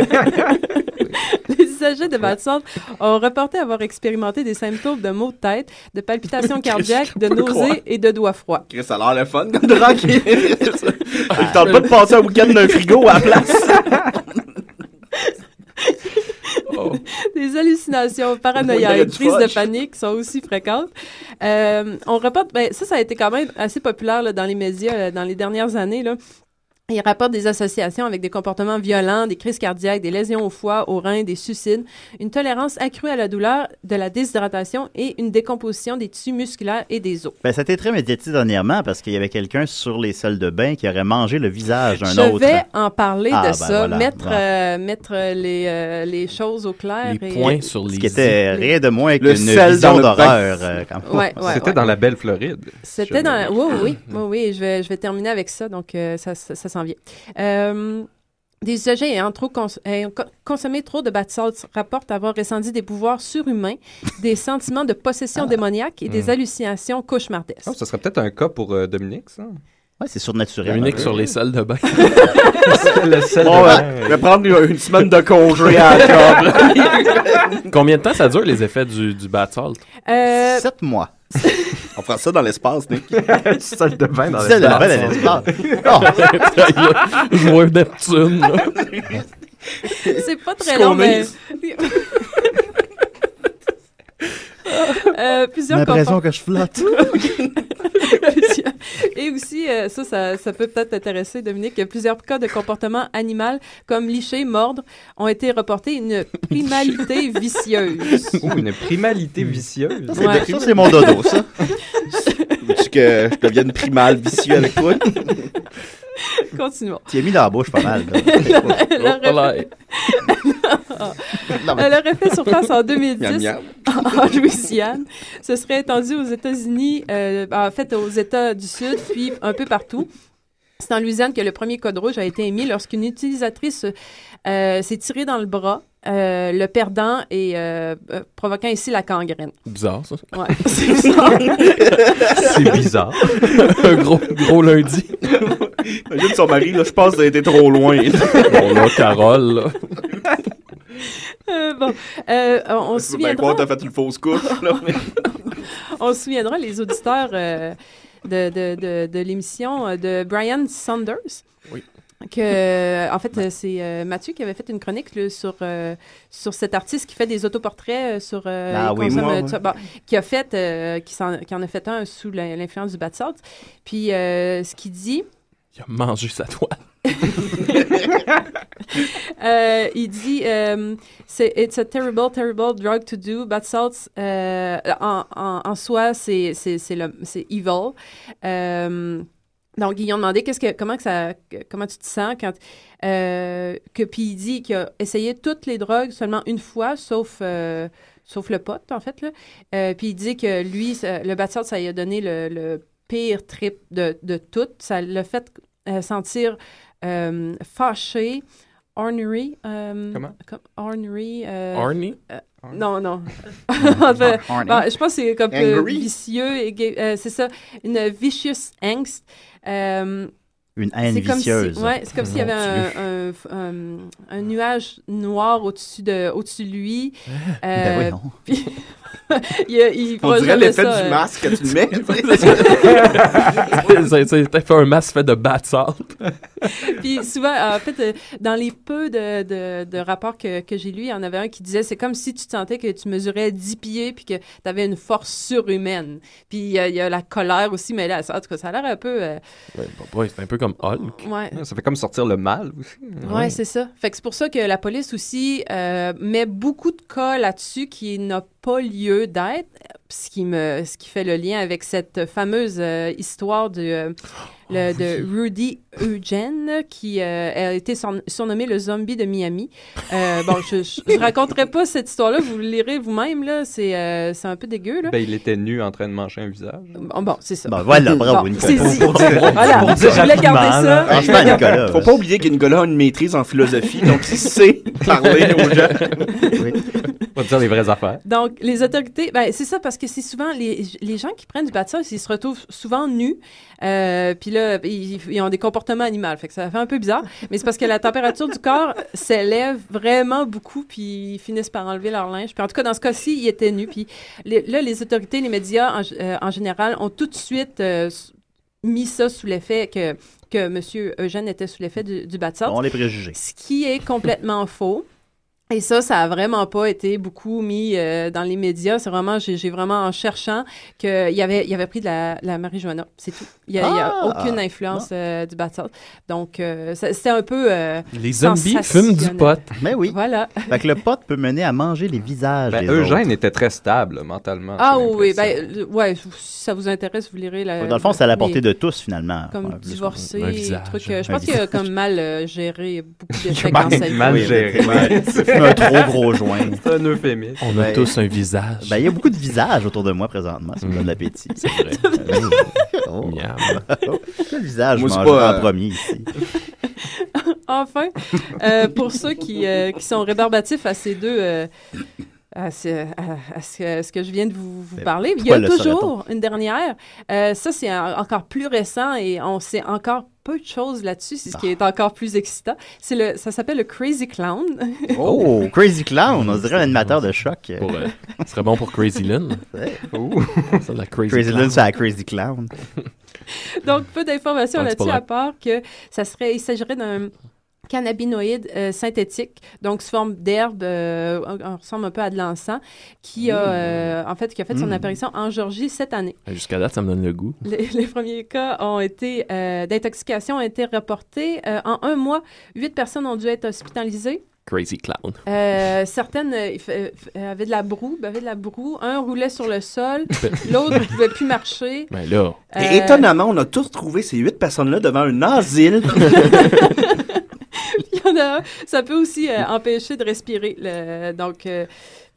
S14: Les usagers de Batsalt ont reporté avoir expérimenté des symptômes de maux de tête, de palpitations cardiaques, de
S10: peux croire.
S14: nausées et de doigts froids.
S10: Chris, ça a l'air le fun comme drogue. Je tente pas de passer un week-end d'un frigo à la place.
S14: Des hallucinations
S3: Oui,
S14: paranoïaques,
S3: du
S14: crises de
S3: fudge.
S14: panique sont aussi fréquentes. Euh, on rapporte, ben, ça, ça a été quand même assez populaire là, dans les médias là, dans les dernières années. Là. Il rapporte des associations avec des comportements violents, des crises cardiaques, des lésions au foie, au rein, des suicides, une tolérance accrue à la douleur, de la déshydratation et une décomposition des tissus musculaires et des os.
S4: Ben, ça a été très médiatisé dernièrement parce qu'il y avait quelqu'un sur les salles de bain qui aurait mangé le visage d'un
S14: Je
S4: autre.
S14: vais en parler
S4: Ah,
S14: de
S4: ben
S14: ça,
S4: voilà.
S14: mettre,
S4: Bon.
S14: euh, mettre les, euh, les choses au clair. et-
S4: Ce qui était rien de moins
S8: Le
S4: qu'une
S8: sel dans
S4: vision
S8: le bain.
S4: d'horreur. euh, quand même.
S14: Ouais, ouais,
S8: C'était
S14: ouais.
S8: dans la belle Floride.
S14: C'était dans la... Oui, oui, oui, oui, je vais, je vais terminer avec ça, donc euh, ça, ça, ça s'en vient. Euh, des usagers ayant, trop cons- ayant co- consommé trop de bath salts rapportent avoir ressenti des pouvoirs surhumains, des sentiments de possession démoniaque et des
S8: Hmm.
S14: hallucinations cauchemardesques.
S8: Oh, ça serait peut-être un cas pour euh, Dominique, ça.
S4: Ouais, c'est surnaturel. Euh,
S5: Dominique sur les salles de bain.
S8: le sel
S10: Bon,
S8: de
S10: ouais,
S8: bain.
S10: je vais prendre une, une semaine de congé à la job.
S5: Combien de temps ça dure, les effets du, du bath salt?
S14: Euh,
S4: Sept mois.
S10: On fera ça dans l'espace, Nick.
S8: du sel de bain dans
S10: Du sel de
S8: l'espace.
S10: bain dans l'espace.
S4: Oh.
S5: Je vois Neptune, là.
S14: C'est pas très
S3: Ce qu'on
S14: long, mais...
S3: mise.
S14: Euh, plusieurs
S3: J'ai l'impression
S14: compor-
S3: que je flotte.
S14: Plusieurs- Et aussi, euh, ça, ça, ça peut peut-être t'intéresser, Dominique, que plusieurs cas de comportement animal, comme licher, mordre, ont été reportés. Une primalité vicieuse.
S8: Ouh, une primalité vicieuse.
S14: c'est Ouais.
S10: Ça, c'est mon dodo, ça. Veux-tu que je devienne primal vicieux avec toi?
S14: Continuons.
S4: Tu y as mis dans la bouche pas mal. là.
S14: Elle
S4: Oh, là.
S14: aurait Elle aurait fait surface en 2010
S4: Miam,
S14: en Louisiane. Ce serait étendu aux États-Unis, euh, en fait aux États du Sud, puis un peu partout. C'est en Louisiane que le premier code rouge a été émis lorsqu'une utilisatrice euh, s'est tirée dans le bras, euh, le perdant et euh, euh, provoquant ici la gangrène.
S5: Bizarre, ça.
S14: Ouais, c'est bizarre.
S5: C'est bizarre. un gros, gros lundi.
S10: Imagine son mari, là, je pense que t'as été trop loin.
S5: Bon, là, Carole, là.
S14: Euh, bon, euh, on, on se
S10: Tu peux bien
S14: souviendra
S10: croire que Ben, t'as fait une fausse couche, là. mais-
S14: On se souviendra, les auditeurs euh, de, de, de, de l'émission euh, de Brian Saunders.
S5: Oui.
S14: que, euh, en fait, euh, c'est euh, Mathieu qui avait fait une chronique là, sur, euh, sur cet artiste qui fait des autoportraits euh, sur euh,
S3: Ah
S14: il
S3: oui,
S14: consomme,
S3: moi,
S14: euh,
S3: oui.
S14: ça. Bon, qui a fait, euh, qui, s'en- qui en a fait un sous la- l'influence du bas de salt. Puis euh, ce qu'il dit,
S5: Il a mangé sa toile.
S14: Euh, il dit euh, c'est it's a terrible terrible drug to do but salts euh, en, en, en soi c'est c'est c'est le- c'est evil Euh, donc ils ont demandé qu'est-ce que comment que ça que- comment tu te sens quand euh, que puis il dit qu'il a essayé toutes les drogues seulement une fois sauf euh, sauf le pot en fait là Euh, puis il dit que lui ça- le bad salts ça lui a donné le, le pire trip de de toutes ça l'a fait euh, sentir euh, fâché Ornery. euh,
S5: Comment?
S14: comme- ornery. euh,
S5: Orny?
S14: euh, non, non. En fait,
S5: Orny.
S14: bon, Bah, je pense que c'est comme euh,
S4: Angry?
S14: vicieux. et gay- euh, c'est ça, une vicious angst. Euh,
S4: Une haine
S14: c'est comme si-
S4: vicieuse.
S14: ouais, c'est comme s'il y avait
S4: Mon
S14: un,
S4: Dieu.
S14: un, un- un nuage noir au-dessus de, au de lui. euh,
S4: Ben voyons.
S14: puis- il, il
S10: On dirait
S14: projette
S10: l'effet
S14: ça,
S10: du
S14: euh,
S10: masque que tu mets.
S5: C'est- c'est- T'as fait un masque fait de bat salt.
S14: Puis souvent, en fait, euh, dans les peu de, de- de rapports que, que j'ai lus, il y en avait un qui disait c'est comme si tu sentais que tu mesurais 10 pieds puis que tu avais une force surhumaine. Puis il y, a- il y a la colère aussi, mais là, ça, en tout cas, ça a l'air un peu. euh,
S5: Ouais, bon, ouais, c'est un peu comme Hulk.
S14: Ouais.
S8: Ça fait comme sortir le mal aussi.
S14: ouais, c'est ça. Fait que c'est pour ça que la police aussi euh, met beaucoup de cas là-dessus qui n'a pas lieu d'être, ce qui, me, ce qui fait le lien avec cette fameuse euh, histoire de, euh,
S8: Oh,
S14: le- de Rudy Eugene, qui euh, a été surn- surnommé le zombie de Miami. Euh, bon, je, je, je raconterai pas cette histoire-là, vous le lirez vous-même, là, c'est euh, c'est un peu dégueu, là.
S8: Ben, il était nu en train de manger un visage.
S14: Bon, bon, c'est ça.
S4: Ben
S8: Bon, voilà, bravo, Nicolas.
S14: c'est dit.
S8: Pour dire-
S14: Voilà,
S8: pour
S14: je
S8: dire
S14: voulais garder ça.
S8: rapidement, là. Franchement,
S4: Ah,
S8: Nicolas,
S10: Faut pas oublier que Nicolas a une maîtrise en philosophie, donc il sait parler aux gens.
S8: On va dire les vraies affaires.
S14: Donc, les autorités, ben, c'est ça, parce que c'est souvent les, les gens qui prennent du bath salts, ils se retrouvent souvent nus, euh, puis là, ils, ils ont des comportements animaux, fait que ça fait un peu bizarre, mais c'est parce que la température du corps s'élève vraiment beaucoup, puis ils finissent par enlever leur linge. Puis en tout cas, dans ce cas-ci, ils étaient nus, puis les- là, les autorités, les médias en, g- euh, en général ont tout de suite euh, s- mis ça sous l'effet que, que M. Eugène était sous l'effet du, du bath salt.
S4: On les préjugés.
S14: Ce qui est complètement faux. Et ça, ça a vraiment pas été beaucoup mis euh, dans les médias. C'est vraiment, j'ai j'ai vraiment en cherchant qu'il y avait, il avait pris de la, la marijuana. C'est tout. Il n'y a, il y a
S3: Ah!
S14: aucune influence euh, du battle. Donc, euh, ça- c'était un peu. euh,
S5: Les zombies fument du
S14: sensationnel.
S5: pot.
S4: Mais oui.
S14: Voilà.
S4: Fait que le pot peut mener à manger Ah, les visages.
S8: Ben,
S4: des
S8: Eugène
S4: autres.
S8: était très stable mentalement.
S14: Ah oui, ben, le- ouais, je- si ça vous intéresse, vous lirez la.
S4: Dans le fond, c'est à la
S14: les-
S4: portée de tous, finalement.
S14: Euh, Comme
S4: Ouais, plus-
S14: divorcé,
S4: un visage.
S14: truc. euh, je
S4: Un
S14: pense qu'il a
S4: visage.
S14: comme mal euh, géré beaucoup de
S4: a
S14: trucs dans
S4: mal-
S14: sa vie.
S4: mal géré. Ouais, c'est un trop gros joint.
S8: C'est un euphémisme.
S5: On a tous un visage.
S4: Ben, il y a beaucoup de visages autour de moi présentement. Ça me donne l'appétit. C'est vrai. oh. Quel visage
S10: Moi,
S4: je
S10: c'est
S4: mangerai
S10: pas,
S4: en
S10: euh,
S4: premier ici?
S14: enfin, euh, pour ceux qui, euh, qui sont rébarbatifs à ces deux, euh, à, ce, à- à ce, à ce que je viens de vous, vous
S3: Mais
S14: parler, il y
S3: pourquoi
S14: a
S3: le
S14: toujours une dernière. Euh, ça, c'est en- encore plus récent et on sait encore peu de choses là-dessus, c'est ce
S4: Ah.
S14: qui est encore plus excitant. C'est le, ça s'appelle le Crazy Clown.
S4: Oh, Crazy Clown, on dirait un animateur de choc.
S5: Pour, euh, ce serait bon pour Crazy Lynn.
S4: Ouh.
S5: Ça, la Crazy,
S4: Crazy
S5: Clown.
S4: Lynn, c'est la Crazy Clown.
S14: Donc, peu d'informations
S4: Ah,
S14: là-dessus,
S4: c'est pas vrai.
S14: à part que ça serait, il s'agirait d'un cannabinoïde euh, synthétique, donc sous forme d'herbe, euh, on on ressemble un peu à de l'encens, qui
S4: Mmh.
S14: a, euh, en fait, qui a fait son
S5: Mm.
S14: apparition en Georgie cette année.
S5: Euh, Jusqu'à date, ça me donne le goût.
S14: Les, les premiers cas ont été euh, d'intoxication ont été reportés. Euh, en un mois, huit personnes ont dû être hospitalisées.
S5: Crazy Clown.
S14: Euh, certaines euh, f- euh, f- euh, avaient de la broue, buvaient de la broue. Un roulait sur le sol, l'autre ne pouvait plus marcher.
S5: Ben là.
S10: Et
S14: Euh,
S10: étonnamment, on a tous trouvé ces huit personnes-là devant un asile.
S14: Il y en a un. Ça peut aussi euh, empêcher de respirer. le- donc, euh,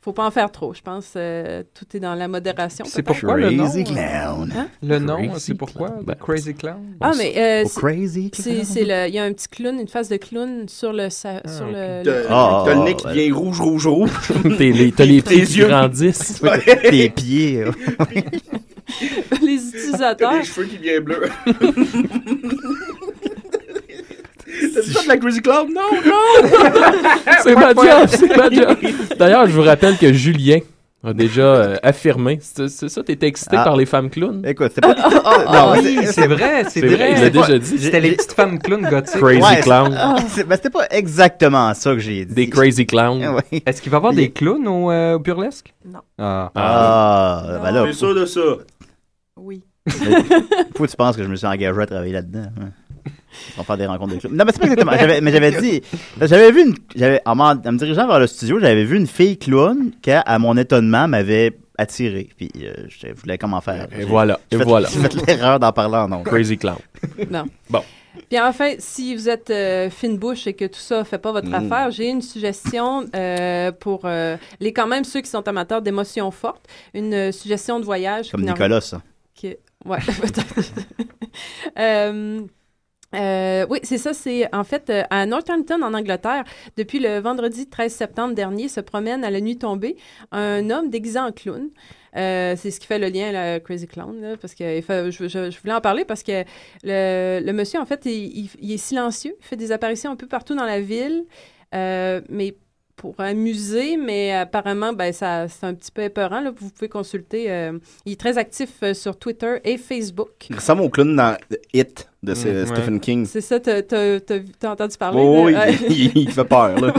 S14: faut pas en faire trop. Je pense euh, tout est dans la modération.
S8: C'est
S14: peut-être.
S8: pourquoi le nom
S4: Crazy Clown.
S14: Hein?
S8: Le nom,
S5: Crazy
S8: c'est pourquoi
S5: Clown. Ben,
S8: The Crazy Clown
S14: Ah, mais euh, c'est-
S4: crazy
S14: c'est- c'est le- il y a un petit clown, une face de clown sur le sa- sur
S10: T'as
S14: le, le-
S6: Ah.
S10: t'as le nez qui devient rouge, rouge, rouge.
S5: T'es les- t'as les
S10: Tes
S5: pieds qui
S10: yeux.
S5: grandissent.
S10: Ouais.
S4: Tes pieds. euh,
S14: les utilisateurs.
S10: Les cheveux qui deviennent bleus. C'est ça de la Crazy Clown? Non, non!
S9: Ah,
S5: C'est ma job, c'est ma job. D'ailleurs, je vous rappelle que Julien, a déjà euh, affirmé. C'est c'est ça, t'étais excité
S9: Ah.
S5: par les femmes clowns?
S4: Écoute, c'est
S9: pas- Ah, ah, ah, oui, c'est vrai, c'est vrai.
S5: Il
S9: C'est
S5: l'a
S9: pas-
S5: déjà dit.
S9: C'était les petites femmes clowns gothiques.
S5: Crazy
S4: Ouais, c'est-
S5: clowns.
S4: c'est- ben, C'était pas exactement ça que j'ai dit. Des
S5: crazy clowns.
S4: Est-ce
S9: qu'il va y avoir des clowns au, euh, au burlesque?
S7: Non.
S9: Ah,
S4: Ah, ben là.
S10: T'es sûr de ça?
S7: Oui.
S4: Pourquoi tu penses que je me suis engagé à travailler là-dedans? hein? On va faire des rencontres de club. Non, mais c'est pas exactement. J'avais- mais j'avais dit. J'avais vu une. J'avais, en, m'en- en me dirigeant vers le studio, j'avais vu une fille clown qui, à mon étonnement, m'avait attiré. Puis euh, je voulais comment faire.
S5: Et voilà,
S4: J'ai
S5: et
S4: fait-
S5: voilà.
S4: J'ai fait l'erreur d'en parler en ondes.
S5: Crazy clown.
S14: Non.
S5: Bon.
S14: Puis enfin, si vous êtes euh, fine bouche et que tout ça fait pas votre
S5: Mm.
S14: affaire, j'ai une suggestion euh, pour euh, les quand même ceux qui sont amateurs d'émotions fortes, une euh, suggestion de voyage.
S4: Comme
S14: qui n'a-
S4: Nicolas, ça.
S14: qui- Ouais, peut-être. Euh, euh, oui, c'est ça. C'est en fait euh, à Northampton, en Angleterre, depuis le vendredi 13 septembre dernier, se promène à la nuit tombée un homme déguisé en clown. Euh, c'est ce qui fait le lien, là, Crazy Clown, là, parce que il fa- je, je- je voulais en parler parce que le, le monsieur, en fait, il, il- il est silencieux. Il fait des apparitions un peu partout dans la ville, euh, mais pour amuser, mais apparemment, ben, ça, c'est un petit peu épeurant. Là. Vous pouvez consulter. euh, il est très actif euh, sur Twitter et Facebook.
S10: Il ressemble au clown dans It de ce-
S14: Mm, ouais.
S10: Stephen King.
S14: C'est ça, t'as, t'as- t'as vu- t'as entendu parler?
S10: Oh,
S14: Ah de-
S10: oui,
S14: ouais.
S10: il, il fait peur, là.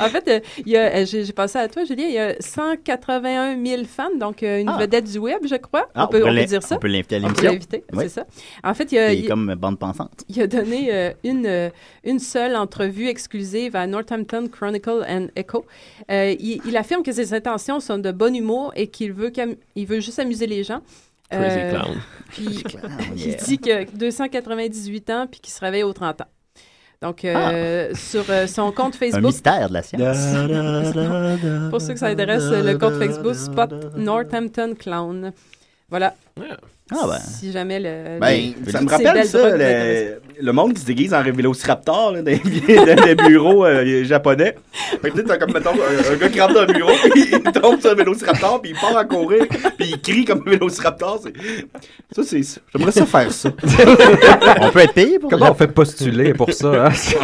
S14: en fait, euh, il y a- euh, j'ai, j'ai passé à toi, Julien, il y a 181 000 fans, donc euh, une vedette du web, je crois. on,
S4: Ah,
S14: peut, on
S4: l'in-
S14: peut dire ça.
S4: On peut l'inviter à
S14: On peut
S4: l'émission.
S14: l'inviter,
S4: Oui.
S14: c'est ça. En fait, il y a-
S4: Et
S14: il-
S4: comme euh, bande pensante.
S14: il a donné euh, une, euh, une seule entrevue exclusive à Northampton Chronicle and Echo. Euh, il, il affirme que ses intentions sont de bon humour et qu'il veut, qu'am- il veut juste amuser les gens.
S5: Crazy
S14: Euh,
S5: clown.
S14: Puis
S5: yeah.
S14: il dit que 298 ans puis qu'il se réveille aux 30 ans. Donc, euh, sur euh, son compte Facebook.
S4: Un mystère de la science.
S14: Pour ceux que ça intéresse, euh, le compte Facebook Spot Northampton Clown. Voilà.
S10: Ah ben.
S14: Si jamais le.
S10: Ben,
S14: le-
S10: ça me
S14: ces belles
S10: rappelle ça,
S14: drogues vous intéressent.
S10: le, le monde qui se déguise en Vélociraptor, là, dans les, dans les bureaux euh, japonais. Fait que tu sais, t'as comme, mettons, un, un gars qui rentre dans un bureau, puis il tombe sur un Vélociraptor, puis il part à courir, puis il crie comme un Vélociraptor. c'est- Ça, c'est ça. J'aimerais ça faire ça.
S4: on peut être payé pour
S10: Comment on
S4: fait postuler pour
S9: hein?
S4: ça?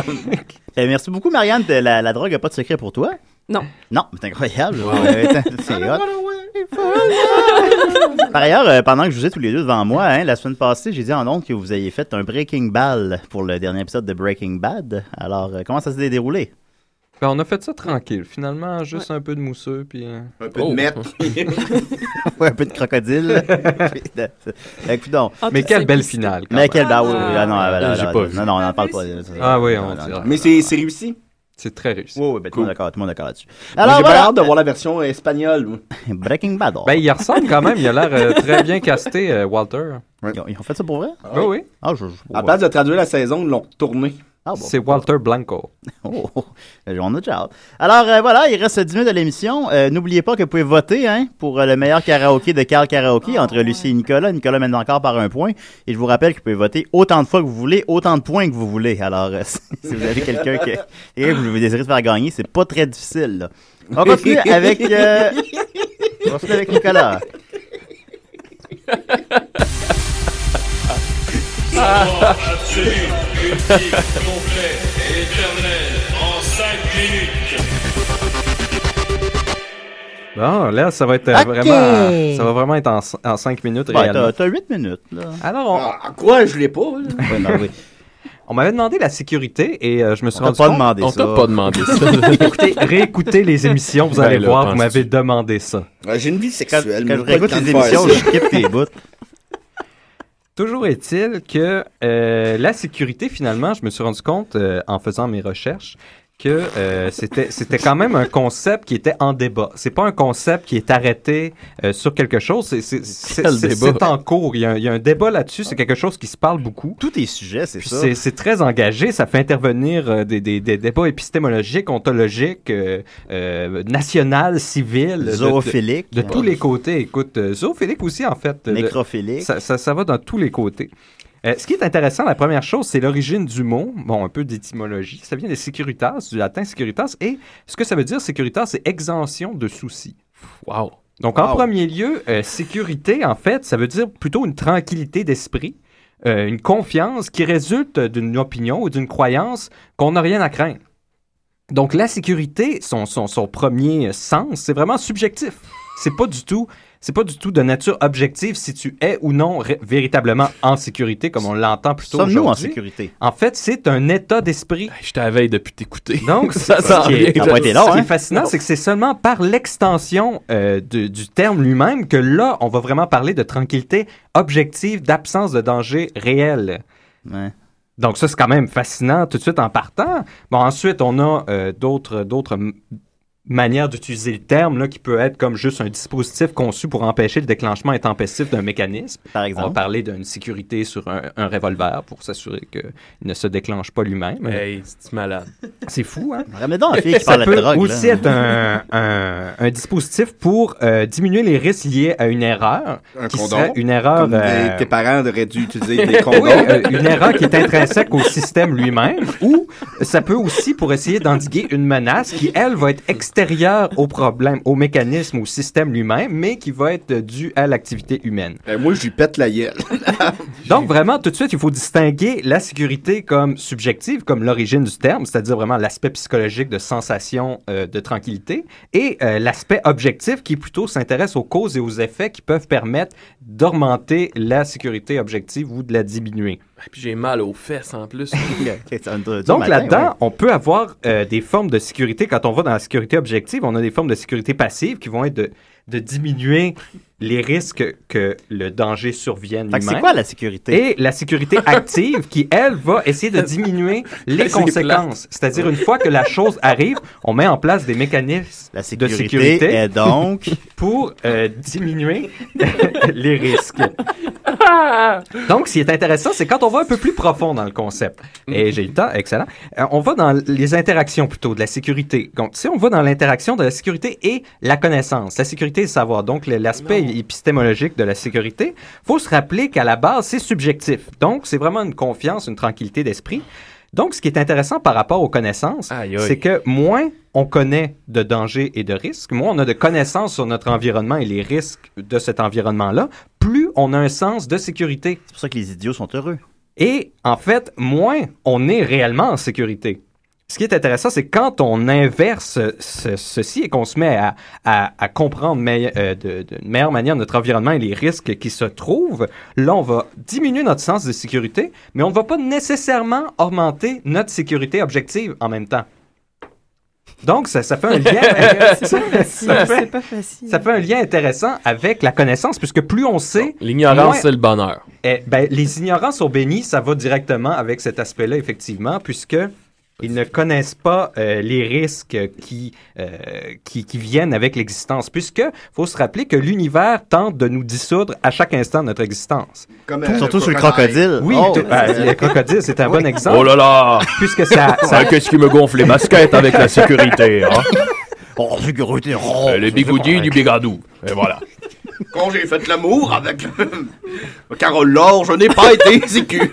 S4: Eh, merci beaucoup, Marianne. De La, la drogue n'a pas de secret pour toi?
S14: Non.
S4: Non, mais c'est incroyable. Euh, attends,
S9: Ah,
S4: c'est hot. Par ailleurs, euh, pendant que je vous ai tous les deux devant moi, hein, la semaine passée, j'ai dit en honte que vous ayez fait un Breaking Ball pour le dernier épisode de Breaking Bad. Alors, euh, comment ça s'est déroulé?
S9: Ben, on a fait ça tranquille. Finalement, juste un peu de mousseux, puis... euh,
S10: Un peu de mètre.
S4: ouais, un peu de crocodile. Puis de- de- écoute donc.
S9: Ah, Mais quelle belle finale, quand
S4: Mais
S9: même.
S4: quelle belle. Ah, oui,
S9: Ah,
S4: oui, ah, non, ah, là,
S9: j'ai
S4: là,
S9: pas
S4: là,
S9: vu.
S4: non, non, on n'en parle pas.
S9: Ah oui, on
S4: Non, non,
S9: dira.
S4: non.
S10: Mais c'est c'est réussi.
S9: C'est très réussi.
S4: Oui, oui, ben, tout le monde d'accord, tout le monde d'accord là-dessus.
S10: Alors,
S4: Alors,
S10: j'ai
S4: voilà.
S10: pas hâte de voir la version espagnole. moi.
S4: Breaking Bad.
S9: Ben, il ressemble quand même. Il a l'air euh, très bien casté, euh, Walter.
S4: Ils, ont, ils ont fait ça pour vrai?
S9: Oui, oui.
S4: Ah, je,
S10: À place de traduire la saison, ils l'ont tourné.
S4: Ah, bon.
S9: C'est Walter Blanco.
S4: Oh, oh, on a déjà hâte. Alors euh, voilà, il reste 10 minutes à l'émission. Euh, N'oubliez pas que vous pouvez voter hein, pour euh, le meilleur karaoké de Carl Karaoke
S10: Ah,
S4: entre Lucie et Nicolas. Nicolas mène encore par un point. Et je vous rappelle que vous pouvez voter autant de fois que vous voulez, autant de points que vous voulez. Alors euh, si si vous avez quelqu'un que, quelqu'un que vous désirez faire gagner, c'est pas très difficile. là. On continue avec, euh, on continue avec Nicolas.
S3: Sport absolu, ultime, complet et éternel en 5 minutes.
S9: Bon, là, ça va être euh,
S3: Ok.
S9: vraiment... Ça va vraiment être en, cin- en 5 minutes
S4: Ben,
S9: réellement.
S4: t'as- t'as 8 minutes. Là.
S9: Alors, on...
S4: Ah,
S6: Ah.
S10: quoi, je l'ai pas.
S9: On m'avait demandé la sécurité et euh, je me suis
S4: On t'a
S9: rendu
S4: pas
S9: compte-
S4: demandé
S9: on
S4: ça.
S9: t'a pas demandé ça. Écoutez, réécoutez les émissions, vous
S10: Ben
S9: allez
S10: là,
S9: voir, vous
S10: penses-tu?
S9: m'avez demandé ça.
S10: Ouais, J'ai une vie sexuelle. mais
S4: Quand
S10: pas
S4: je
S10: le
S4: réécoute
S10: temps de
S4: les
S10: faire
S4: émissions,
S10: ça.
S4: je skip tes bouts.
S9: Toujours est-il que euh, la sécurité, finalement, je me suis rendu compte euh, en faisant mes recherches que euh, c'était c'était quand même un concept qui était en débat. C'est pas un concept qui est arrêté euh, sur quelque chose. c'est- c'est- C'est
S5: Quel
S9: c'est-
S5: débat?
S9: c'est en cours. Il y, a un, il y a un débat là-dessus. C'est quelque chose qui se parle beaucoup.
S4: Tous les sujets, c'est
S9: Puis
S4: ça.
S9: c'est- C'est très engagé, ça fait intervenir euh, des, des- des débats épistémologiques, ontologiques, euh, euh, national, civil. de- de-
S4: Zoophilique.
S9: De, tous les côtés. Écoute, euh, zoophilique aussi, en fait. euh, de-
S4: Nécrophilique.
S9: Ça, ça- ça va dans tous les côtés. Euh, ce qui est intéressant, la première chose, c'est l'origine du mot. Bon, un peu d'étymologie. Ça vient des securitas, du latin securitas. Et ce que ça veut dire, securitas, c'est exemption de soucis. Wow. Donc, en
S5: Wow.
S9: premier lieu, euh, sécurité, en fait, ça veut dire plutôt une tranquillité d'esprit, euh, une confiance qui résulte d'une opinion ou d'une croyance qu'on n'a rien à craindre. Donc la sécurité, son, son, son premier sens, c'est vraiment subjectif. C'est pas du tout, c'est pas du tout de nature objective si tu es ou non ré- véritablement en sécurité, comme on l'entend plutôt
S4: Sommes-nous en
S9: sécurité En fait, c'est un état d'esprit.
S5: Je t'avais depuis t'écouter.
S9: Donc
S5: Ça
S9: c'est-
S5: s'en
S9: ce qui
S5: vient.
S9: est,
S5: Ça va être long,
S9: ce qui est
S5: hein?
S9: fascinant, c'est que c'est seulement par l'extension euh, de- du terme lui-même que là, on va vraiment parler de tranquillité objective, d'absence de danger réel. Donc ça, c'est quand même fascinant tout de suite en partant. Bon, ensuite, on a euh, d'autres d'autres m- manières d'utiliser le terme là, qui peut être comme juste un dispositif conçu pour empêcher le déclenchement intempestif d'un mécanisme.
S4: Par exemple.
S9: On va parler d'une sécurité sur un, un revolver pour s'assurer qu'il ne se déclenche pas lui-même.
S5: Hey, c'est malade.
S9: C'est fou, hein?
S4: Ramène donc la fille qui
S9: Ça
S4: parle de
S9: peut
S4: drogue, là.
S9: aussi être un, un- un dispositif pour euh, diminuer les risques liés à une erreur.
S10: Un
S9: qui
S10: condom.
S9: serait Une
S4: Ah,
S9: erreur.
S10: Comme des-
S4: ben.
S9: euh,
S10: tes parents auraient dû utiliser des condoms.
S9: oui, euh, une erreur qui est intrinsèque au système lui-même, ou ça peut aussi pour essayer d'endiguer une menace qui, elle, va être extérieure au problème, au mécanisme, au système lui-même, mais qui va être euh, due à l'activité humaine.
S6: Ben,
S10: moi, je lui pète la gueule.
S9: Donc, vraiment, tout de suite, il faut distinguer la sécurité comme subjective, comme l'origine du terme, c'est-à-dire vraiment l'aspect psychologique de sensation euh, de tranquillité, et euh, l'aspect objectif qui plutôt s'intéresse aux causes et aux effets qui peuvent permettre d'augmenter la sécurité objective ou de la diminuer.
S5: Puis j'ai mal aux fesses en plus.
S9: Donc là-dedans, on peut avoir euh, des formes de sécurité. Quand on va dans la sécurité objective, on a des formes de sécurité passive qui vont être de, de diminuer les risques que le danger survienne.
S4: Fait que c'est
S9: lui-même.
S4: quoi la sécurité?
S9: Et la sécurité active qui, elle, va essayer de diminuer les
S4: C'est
S9: conséquences. C'est-à-dire, une fois que la chose arrive, on met en place des mécanismes de sécurité
S4: est donc-
S9: pour euh, diminuer les risques. Donc, ce qui est intéressant, c'est quand on va un peu plus profond dans le concept. Et j'ai le temps, excellent. Euh, on va dans les interactions plutôt de la sécurité. Donc, si on va dans l'interaction de la sécurité et la connaissance, la sécurité et le savoir, donc le- l'aspect épistémologique de la sécurité, faut se rappeler qu'à la base, c'est subjectif. Donc, c'est vraiment une confiance, une tranquillité d'esprit. Donc, ce qui est intéressant par rapport aux connaissances,
S5: aïe.
S9: c'est que moins on connaît de dangers et de risques, moins on a de connaissances sur notre environnement et les risques de cet environnement-là, plus on a un sens de sécurité. C'est pour ça que les idiots sont heureux. Et en fait, moins on est réellement en sécurité. Ce qui est intéressant, c'est quand on inverse ce- ceci et qu'on se met à, à- à comprendre meille- euh, de- d'une meilleure manière notre environnement et les risques qui se trouvent, là, on va diminuer notre sens de sécurité, mais on ne va pas nécessairement augmenter notre sécurité objective en même temps. Donc, ça, ça fait un lien.
S7: C'est pas facile,
S9: ça fait-
S7: c'est pas facile.
S9: ça fait un lien intéressant avec la connaissance, puisque plus on sait.
S5: L'ignorance, c'est le bonheur.
S9: Eh, ben, les ignorants sont bénis, ça va directement avec cet aspect-là, effectivement, puisque. Ils ne connaissent pas euh, les risques qui, euh, qui, qui viennent avec l'existence, puisque faut se rappeler que l'univers tente de nous dissoudre à chaque instant de notre existence.
S10: Comme,
S4: euh, Surtout le sur le crocodile. crocodile.
S9: Oui,
S4: Oh.
S9: tout- ben, le crocodile, c'est un bon exemple.
S4: Oh là
S5: là!
S9: Puisque ça... ça...
S4: Ah, qu'est-ce qui me gonfle les baskets avec la sécurité, Euh, hein?
S5: Oh,
S4: sécurité,
S9: Ah,
S5: oh, Le bigoudi du bigadou. Et voilà.
S6: Quand j'ai fait l'amour avec euh, Carole Laure, je n'ai pas été sécure.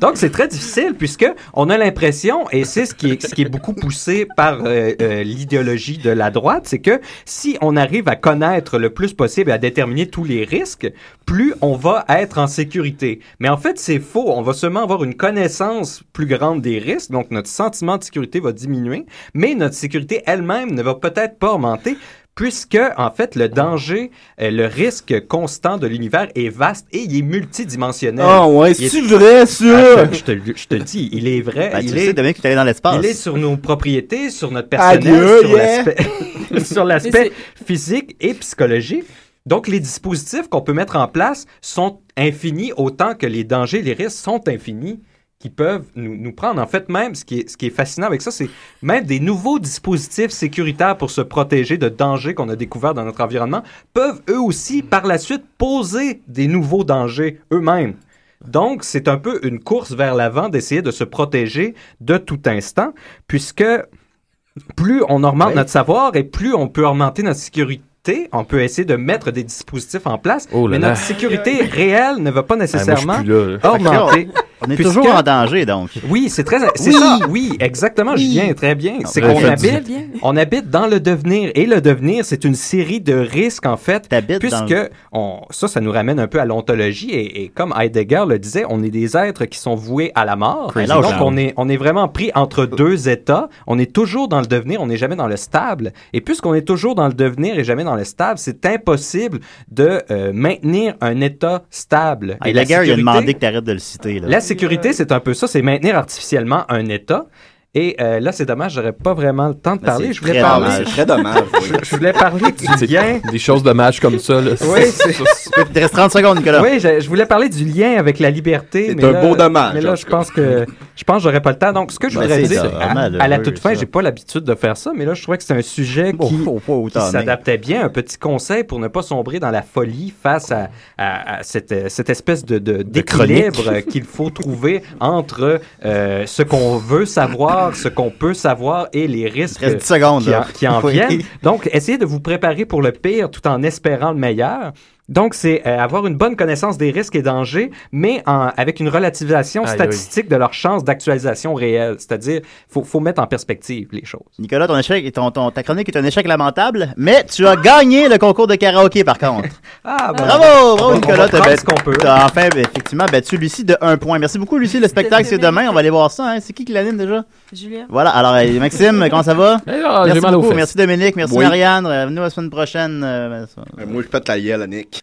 S9: Donc, c'est très difficile puisque on a l'impression, et c'est ce qui est, ce qui est beaucoup poussé par euh, euh, l'idéologie de la droite, c'est que si on arrive à connaître le plus possible et à déterminer tous les risques, plus on va être en sécurité. Mais en fait, c'est faux. On va seulement avoir une connaissance plus grande des risques, donc notre sentiment de sécurité va diminuer, mais notre sécurité elle-même ne va peut-être pas augmenter puisque, en fait, le danger, euh, le risque constant de l'univers est vaste et il est multidimensionnel.
S6: Oh,
S4: Ah ouais,
S9: Il est-
S4: c'est vrai, ça?
S5: Ah,
S9: Attends, Ah, ben, je, te, le- je te le dis, il est vrai.
S4: Ben, tu
S9: il
S4: le
S9: est,
S4: sais, Dominique, tu es allé dans l'espace.
S9: Il est sur nos propriétés, sur notre personnel,
S4: Adieu,
S9: sur
S4: yeah.
S9: l'aspect- sur l'aspect physique et psychologique. Donc, les dispositifs qu'on peut mettre en place sont infinis autant que les dangers, les risques sont infinis qui peuvent nous, nous prendre. En fait, même, ce qui est, ce qui est fascinant avec ça, c'est même des nouveaux dispositifs sécuritaires pour se protéger de dangers qu'on a découverts dans notre environnement peuvent eux aussi,
S5: Mm-hmm.
S9: par la suite, poser des nouveaux dangers eux-mêmes. Donc, c'est un peu une course vers l'avant d'essayer de se protéger de tout instant, puisque plus on augmente notre savoir et plus on peut augmenter notre sécurité. On peut essayer de mettre des dispositifs en place,
S5: Oh là
S9: mais
S5: là.
S9: notre sécurité réelle ne va pas nécessairement
S5: Ah, moi, je suis plus là, là.
S9: augmenter.
S4: On On est
S9: Puisque-
S4: toujours en danger, donc.
S9: Oui, c'est très. C'est
S4: Oui.
S9: ça, oui, exactement,
S4: Oui.
S9: Julien, très bien.
S4: Ah,
S9: C'est
S5: ben,
S4: bref,
S9: qu'on
S4: je
S9: habite,
S4: dis.
S9: on habite dans le devenir. Et le devenir, c'est une série de risques, en fait. Puisque
S4: dans le-
S9: on, ça, ça nous ramène un peu à l'ontologie. Et, et comme Heidegger le disait, on est des êtres qui sont voués à la mort.
S4: Crazy
S9: Donc,
S4: town.
S9: on est, on est vraiment pris entre deux états. On est toujours dans le devenir, on n'est jamais dans le stable. Et puisqu'on est toujours dans le devenir et jamais dans le stable, c'est impossible de euh, maintenir un état stable. Et la
S4: Heidegger, il a
S9: sécurité-
S4: demandé que tu arrêtes de le citer. Là.
S9: la sécurité, c'est un peu ça, c'est maintenir artificiellement un État. Et euh, là, c'est dommage, j'aurais pas vraiment le temps de
S5: Ben,
S9: parler.
S5: c'est
S9: Je voulais
S5: très
S6: Ah,
S9: parler.
S5: dommage. C'est très dommage, oui.
S9: Je, je voulais parler du
S5: C'est
S9: lien.
S5: Des choses dommages comme ça. Là.
S9: Oui, c'est-
S4: Il te reste 30 secondes, Nicolas.
S9: Oui, je, je voulais parler du lien avec la liberté.
S4: C'est
S9: mais
S4: un
S9: là-
S4: beau dommage,
S9: Mais
S4: en
S9: là, je
S4: tout
S9: pense que je pense que j'aurais pas le temps. Donc, ce que je
S4: Ben,
S9: voudrais
S4: c'est
S9: dire,
S4: ça,
S9: à- à,
S4: malheureux,
S9: la toute fin,
S4: ça.
S9: j'ai pas l'habitude de faire ça, mais là, je trouvais que c'est un sujet
S4: Oh,
S9: qui, qui
S4: t'en es.
S9: s'adaptait bien. Un petit conseil pour ne pas sombrer dans la folie face à, à- à cette, euh, cette espèce de, de- d'équilibre
S4: chronique.
S9: qu'il faut trouver entre euh, ce qu'on veut savoir, ce qu'on peut savoir et les risques
S4: reste 10 secondes,
S9: euh, qui, en- qui en
S4: là. Oui.
S9: viennent. Donc, essayez de vous préparer pour le pire tout en espérant le meilleur. Donc, c'est euh, avoir une bonne connaissance des risques et dangers, mais en- avec une relativisation
S4: Aïe, aïe.
S9: statistique de leurs chances d'actualisation réelle. C'est-à-dire, il faut, faut mettre en perspective les choses.
S4: Nicolas, ton échec, ton, ton- ta chronique est un échec lamentable, mais tu as gagné le concours de karaoké, par contre.
S9: Ah,
S4: ben,
S3: bon.
S4: bravo,
S3: On
S4: bravo,
S3: va- on
S4: Nicolas.
S3: va
S4: T'as
S3: prendre
S4: bat-
S3: ce qu'on peut.
S4: t'as enfin, ben, effectivement, battu Lucie de 1 point. Merci beaucoup, Lucie. Le spectacle, c'est demain. On va aller voir ça. hein. C'est qui qui l'anime déjà?
S7: Julien.
S4: Voilà. Alors, euh, Maxime, comment ça va?
S5: Eh, ah, j'ai
S4: merci
S5: mal aux
S4: beaucoup.
S5: fesses.
S4: Merci, Dominique. Merci,
S5: Oui.
S4: Marianne. Revenez la semaine prochaine. euh, ben, ça-
S10: Moi, je pète la gueule à Nick.